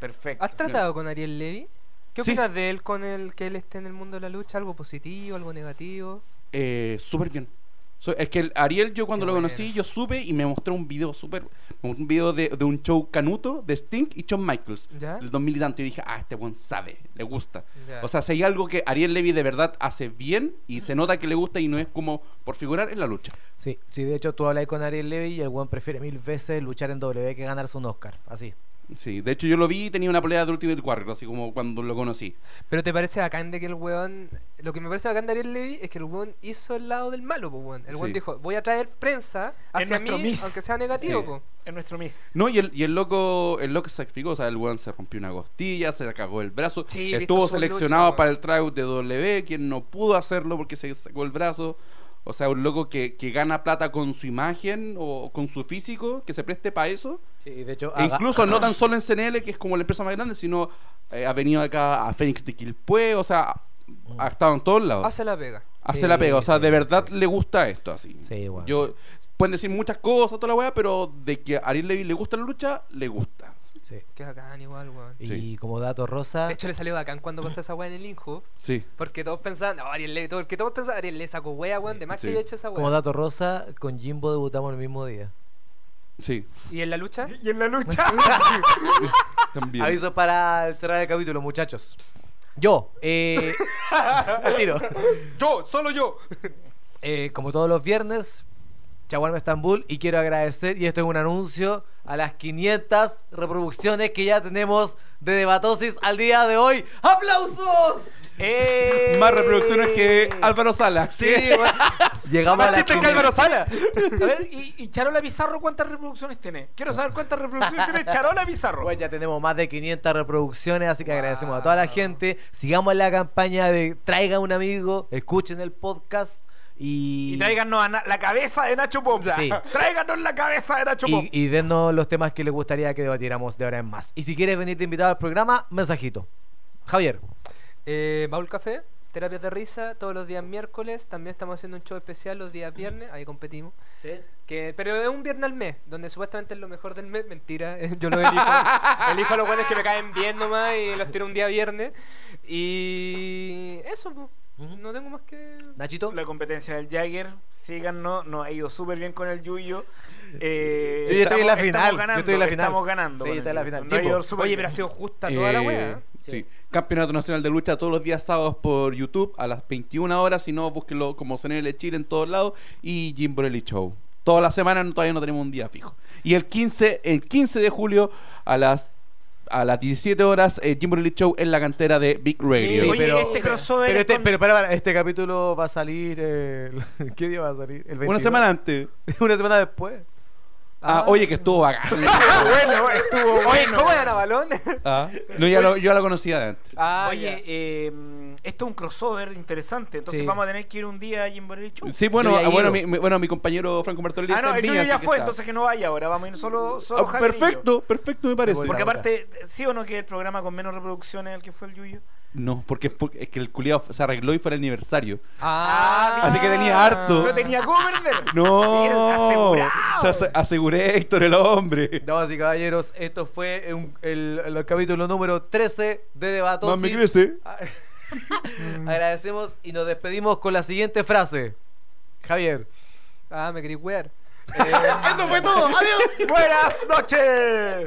[SPEAKER 5] Perfecto.
[SPEAKER 3] ¿Has tratado con Ariel Levy? ¿Qué
[SPEAKER 4] Sí.
[SPEAKER 3] opinas de él con el que él esté en el mundo de la lucha? ¿Algo positivo, algo negativo?
[SPEAKER 4] Eh, súper bien. So- es que el Ariel, yo cuando
[SPEAKER 3] Qué
[SPEAKER 4] lo
[SPEAKER 3] bueno.
[SPEAKER 4] conocí, yo supe y me mostró un video súper. Un video de, de un show canuto de Sting y Shawn Michaels.
[SPEAKER 3] ¿Ya?
[SPEAKER 4] Del 2000 y tanto. Y dije, ah, este buen sabe, le gusta.
[SPEAKER 3] Ya.
[SPEAKER 4] O sea, si hay algo que Ariel Levy de verdad hace bien y se nota que le gusta y no es como por figurar en la lucha.
[SPEAKER 1] Sí, sí, de hecho tú hablas con Ariel Levy y el weón prefiere mil veces luchar en W que ganarse un Oscar. Así.
[SPEAKER 4] Sí, de hecho yo lo vi y tenía una pelea de Ultimate Warrior, así como cuando lo conocí.
[SPEAKER 3] Pero te parece bacán de que el weón. Lo que me parece bacán de Ariel Levy es que el weón hizo el lado del malo, po, weón. El weón
[SPEAKER 4] Sí.
[SPEAKER 3] dijo, voy a traer prensa hacia mí,
[SPEAKER 5] nuestro Miss.
[SPEAKER 3] aunque sea negativo,
[SPEAKER 4] Sí.
[SPEAKER 3] po".
[SPEAKER 5] Es nuestro Miss.
[SPEAKER 4] No, y el, y el loco, el loco se explicó, o sea, el weón se rompió una costilla, se cagó el brazo,
[SPEAKER 3] Sí, he
[SPEAKER 4] estuvo
[SPEAKER 3] visto su
[SPEAKER 4] seleccionado
[SPEAKER 3] lucha,
[SPEAKER 4] para el tryout de W, quien no pudo hacerlo porque se sacó el brazo. O sea, un loco que, que gana plata con su imagen o con su físico, que se preste para eso.
[SPEAKER 1] Sí, de hecho,
[SPEAKER 4] E incluso no tan solo en CNL, que es como la empresa más grande, sino eh, ha venido acá a Phoenix de Quilpue, o sea, ha estado en todos lados. Hace,
[SPEAKER 3] Hace la pega.
[SPEAKER 4] la
[SPEAKER 1] Sí,
[SPEAKER 4] pega, o sea,
[SPEAKER 1] sí,
[SPEAKER 4] de verdad
[SPEAKER 1] sí.
[SPEAKER 4] le gusta esto así.
[SPEAKER 1] Sí, weón,
[SPEAKER 4] Yo, Pueden decir muchas cosas, toda la weá, pero de que a Ariel Levy le gusta la lucha, le gusta.
[SPEAKER 1] sí.
[SPEAKER 3] Qué bacán igual, weón.
[SPEAKER 1] Y
[SPEAKER 4] Sí.
[SPEAKER 1] como dato rosa,
[SPEAKER 3] De hecho, le salió bacán cuando pasó esa weá en el Inju.
[SPEAKER 4] Sí.
[SPEAKER 3] Porque todos pensaban, no, Ariel Levy, todo, porque todos pensaban, Ariel le sacó wea, weón, de más
[SPEAKER 4] sí.
[SPEAKER 3] que haya hecho esa
[SPEAKER 1] como
[SPEAKER 3] weá.
[SPEAKER 1] dato rosa, con Jimbo debutamos el mismo día.
[SPEAKER 4] Sí,
[SPEAKER 3] ¿Y en la lucha?
[SPEAKER 5] Y en la (laughs) lucha.
[SPEAKER 4] también.
[SPEAKER 1] Aviso para cerrar el capítulo, muchachos. Yo, eh, (laughs) al tiro.
[SPEAKER 3] Yo, solo yo.
[SPEAKER 1] Eh, como todos los viernes, Chaguarma Estambul y quiero agradecer, y esto es un anuncio, a las 500 reproducciones que ya tenemos de Debatosis al día de hoy. ¡Aplausos!
[SPEAKER 5] ¡Eh!
[SPEAKER 4] (laughs) Más reproducciones que Álvaro Sala.
[SPEAKER 1] Sí, bueno, llegamos a las 500.
[SPEAKER 3] Sala!
[SPEAKER 5] A ver, y, y Charola Bizarro, ¿cuántas reproducciones tiene? Quiero saber cuántas reproducciones tiene Charola Bizarro.
[SPEAKER 1] Bueno, ya tenemos más de 500 reproducciones, así que agradecemos a toda la gente. Sigamos la campaña de traigan un amigo, escuchen el podcast y...
[SPEAKER 5] Y tráiganos a Na- la cabeza de Nacho Pop.
[SPEAKER 1] Sí.
[SPEAKER 5] Tráiganos la cabeza de Nacho Pop.
[SPEAKER 1] Y, y dennos los temas que les gustaría que debatiéramos de ahora en más. Y si quieres venirte invitado al programa, mensajito. Javier,
[SPEAKER 3] Eh, Baúl Café, terapias de risa, todos los días miércoles. También estamos haciendo un show especial los días viernes, ahí competimos. Que, pero es un viernes al mes, donde supuestamente es lo mejor del mes. Mentira, (laughs) yo lo elijo. elijo a los buenos que me caen bien nomás y los tiro un día viernes. Y eso, po.
[SPEAKER 1] Ujú.
[SPEAKER 3] no tengo más que.
[SPEAKER 1] Nachito,
[SPEAKER 5] La competencia del Jagger, síganos, nos ha ido súper bien con el Yuyo. Eh,
[SPEAKER 1] Yo ya estoy en la final,
[SPEAKER 5] estamos- estamos
[SPEAKER 1] yo
[SPEAKER 5] ganando,
[SPEAKER 1] estoy en la final.
[SPEAKER 5] Estamos ganando.
[SPEAKER 1] Sí,
[SPEAKER 5] con
[SPEAKER 1] está en
[SPEAKER 5] el
[SPEAKER 1] la
[SPEAKER 5] Yuyo.
[SPEAKER 1] final.
[SPEAKER 5] Nos ha ido
[SPEAKER 1] Tipo,
[SPEAKER 5] súper
[SPEAKER 3] Oye,
[SPEAKER 5] bien.
[SPEAKER 3] pero ha sido justa toda la
[SPEAKER 4] Eh,
[SPEAKER 3] wea. ¿eh?
[SPEAKER 4] sí. Campeonato Nacional de Lucha todos los días sábados por YouTube a las 21 horas. Si no, búsquenlo como CNL Chile en todos lados. Y Jim Borelli Show. Todas las semanas no- todavía no tenemos un día fijo. Y el 15, el 15 de julio a las a las 17 horas, eh, Jim Borelli Show en la cantera de Big Radio.
[SPEAKER 1] Sí,
[SPEAKER 5] Oye,
[SPEAKER 1] pero-
[SPEAKER 5] este crossover.
[SPEAKER 1] Pero, (laughs)
[SPEAKER 5] es
[SPEAKER 1] este,
[SPEAKER 5] con-
[SPEAKER 1] pero para, para, este capítulo va a salir. eh, el- (laughs) ¿Qué día va a salir? El
[SPEAKER 4] Una
[SPEAKER 1] 22.
[SPEAKER 4] semana antes.
[SPEAKER 1] (laughs) Una semana después.
[SPEAKER 4] Ah, oye, que estuvo bacán.
[SPEAKER 5] bueno,
[SPEAKER 1] este
[SPEAKER 5] estuvo
[SPEAKER 3] Oye,
[SPEAKER 5] bueno.
[SPEAKER 3] ¿cómo era balón?
[SPEAKER 4] Ah, no, ya lo- yo la conocía de antes.
[SPEAKER 3] ah,
[SPEAKER 5] Oye, eh, esto es un crossover interesante. Entonces
[SPEAKER 1] Sí.
[SPEAKER 5] vamos a tener que ir un día a Jim Borelli Show.
[SPEAKER 4] Sí, bueno,
[SPEAKER 1] Yo ya
[SPEAKER 4] ah, bueno,
[SPEAKER 1] llego.
[SPEAKER 4] mi, mi- bueno, mi compañero Franco Martorelli
[SPEAKER 5] Ah, no,
[SPEAKER 4] está en
[SPEAKER 5] el
[SPEAKER 4] Viña,
[SPEAKER 5] Yuyo ya
[SPEAKER 4] así que
[SPEAKER 5] fue,
[SPEAKER 4] está.
[SPEAKER 5] entonces que no vaya ahora. Vamos a ir solo,
[SPEAKER 4] Ah,
[SPEAKER 5] solo Javier y yo.
[SPEAKER 4] perfecto, perfecto me parece.
[SPEAKER 1] Voy
[SPEAKER 5] Porque
[SPEAKER 1] Puta, puta.
[SPEAKER 5] aparte, ¿sí o no que el programa con menos reproducciones es el que fue el Yuyo?
[SPEAKER 4] No, porque, porque es que el culiado se arregló y fue el aniversario.
[SPEAKER 3] Ah,
[SPEAKER 4] Así que tenía harto.
[SPEAKER 6] No tenía cómo perder.
[SPEAKER 4] No,
[SPEAKER 6] Asegurado.
[SPEAKER 4] Se ase- aseguré Héctor el hombre.
[SPEAKER 1] Damas y caballeros, esto fue un- el, el capítulo número 13 de
[SPEAKER 4] Más
[SPEAKER 1] Debatosis.
[SPEAKER 4] me crece.
[SPEAKER 1] (laughs) Agradecemos y nos despedimos con la siguiente frase. Javier.
[SPEAKER 3] Ah, me quería wear.
[SPEAKER 1] Eso fue todo. Adiós.
[SPEAKER 6] Buenas noches.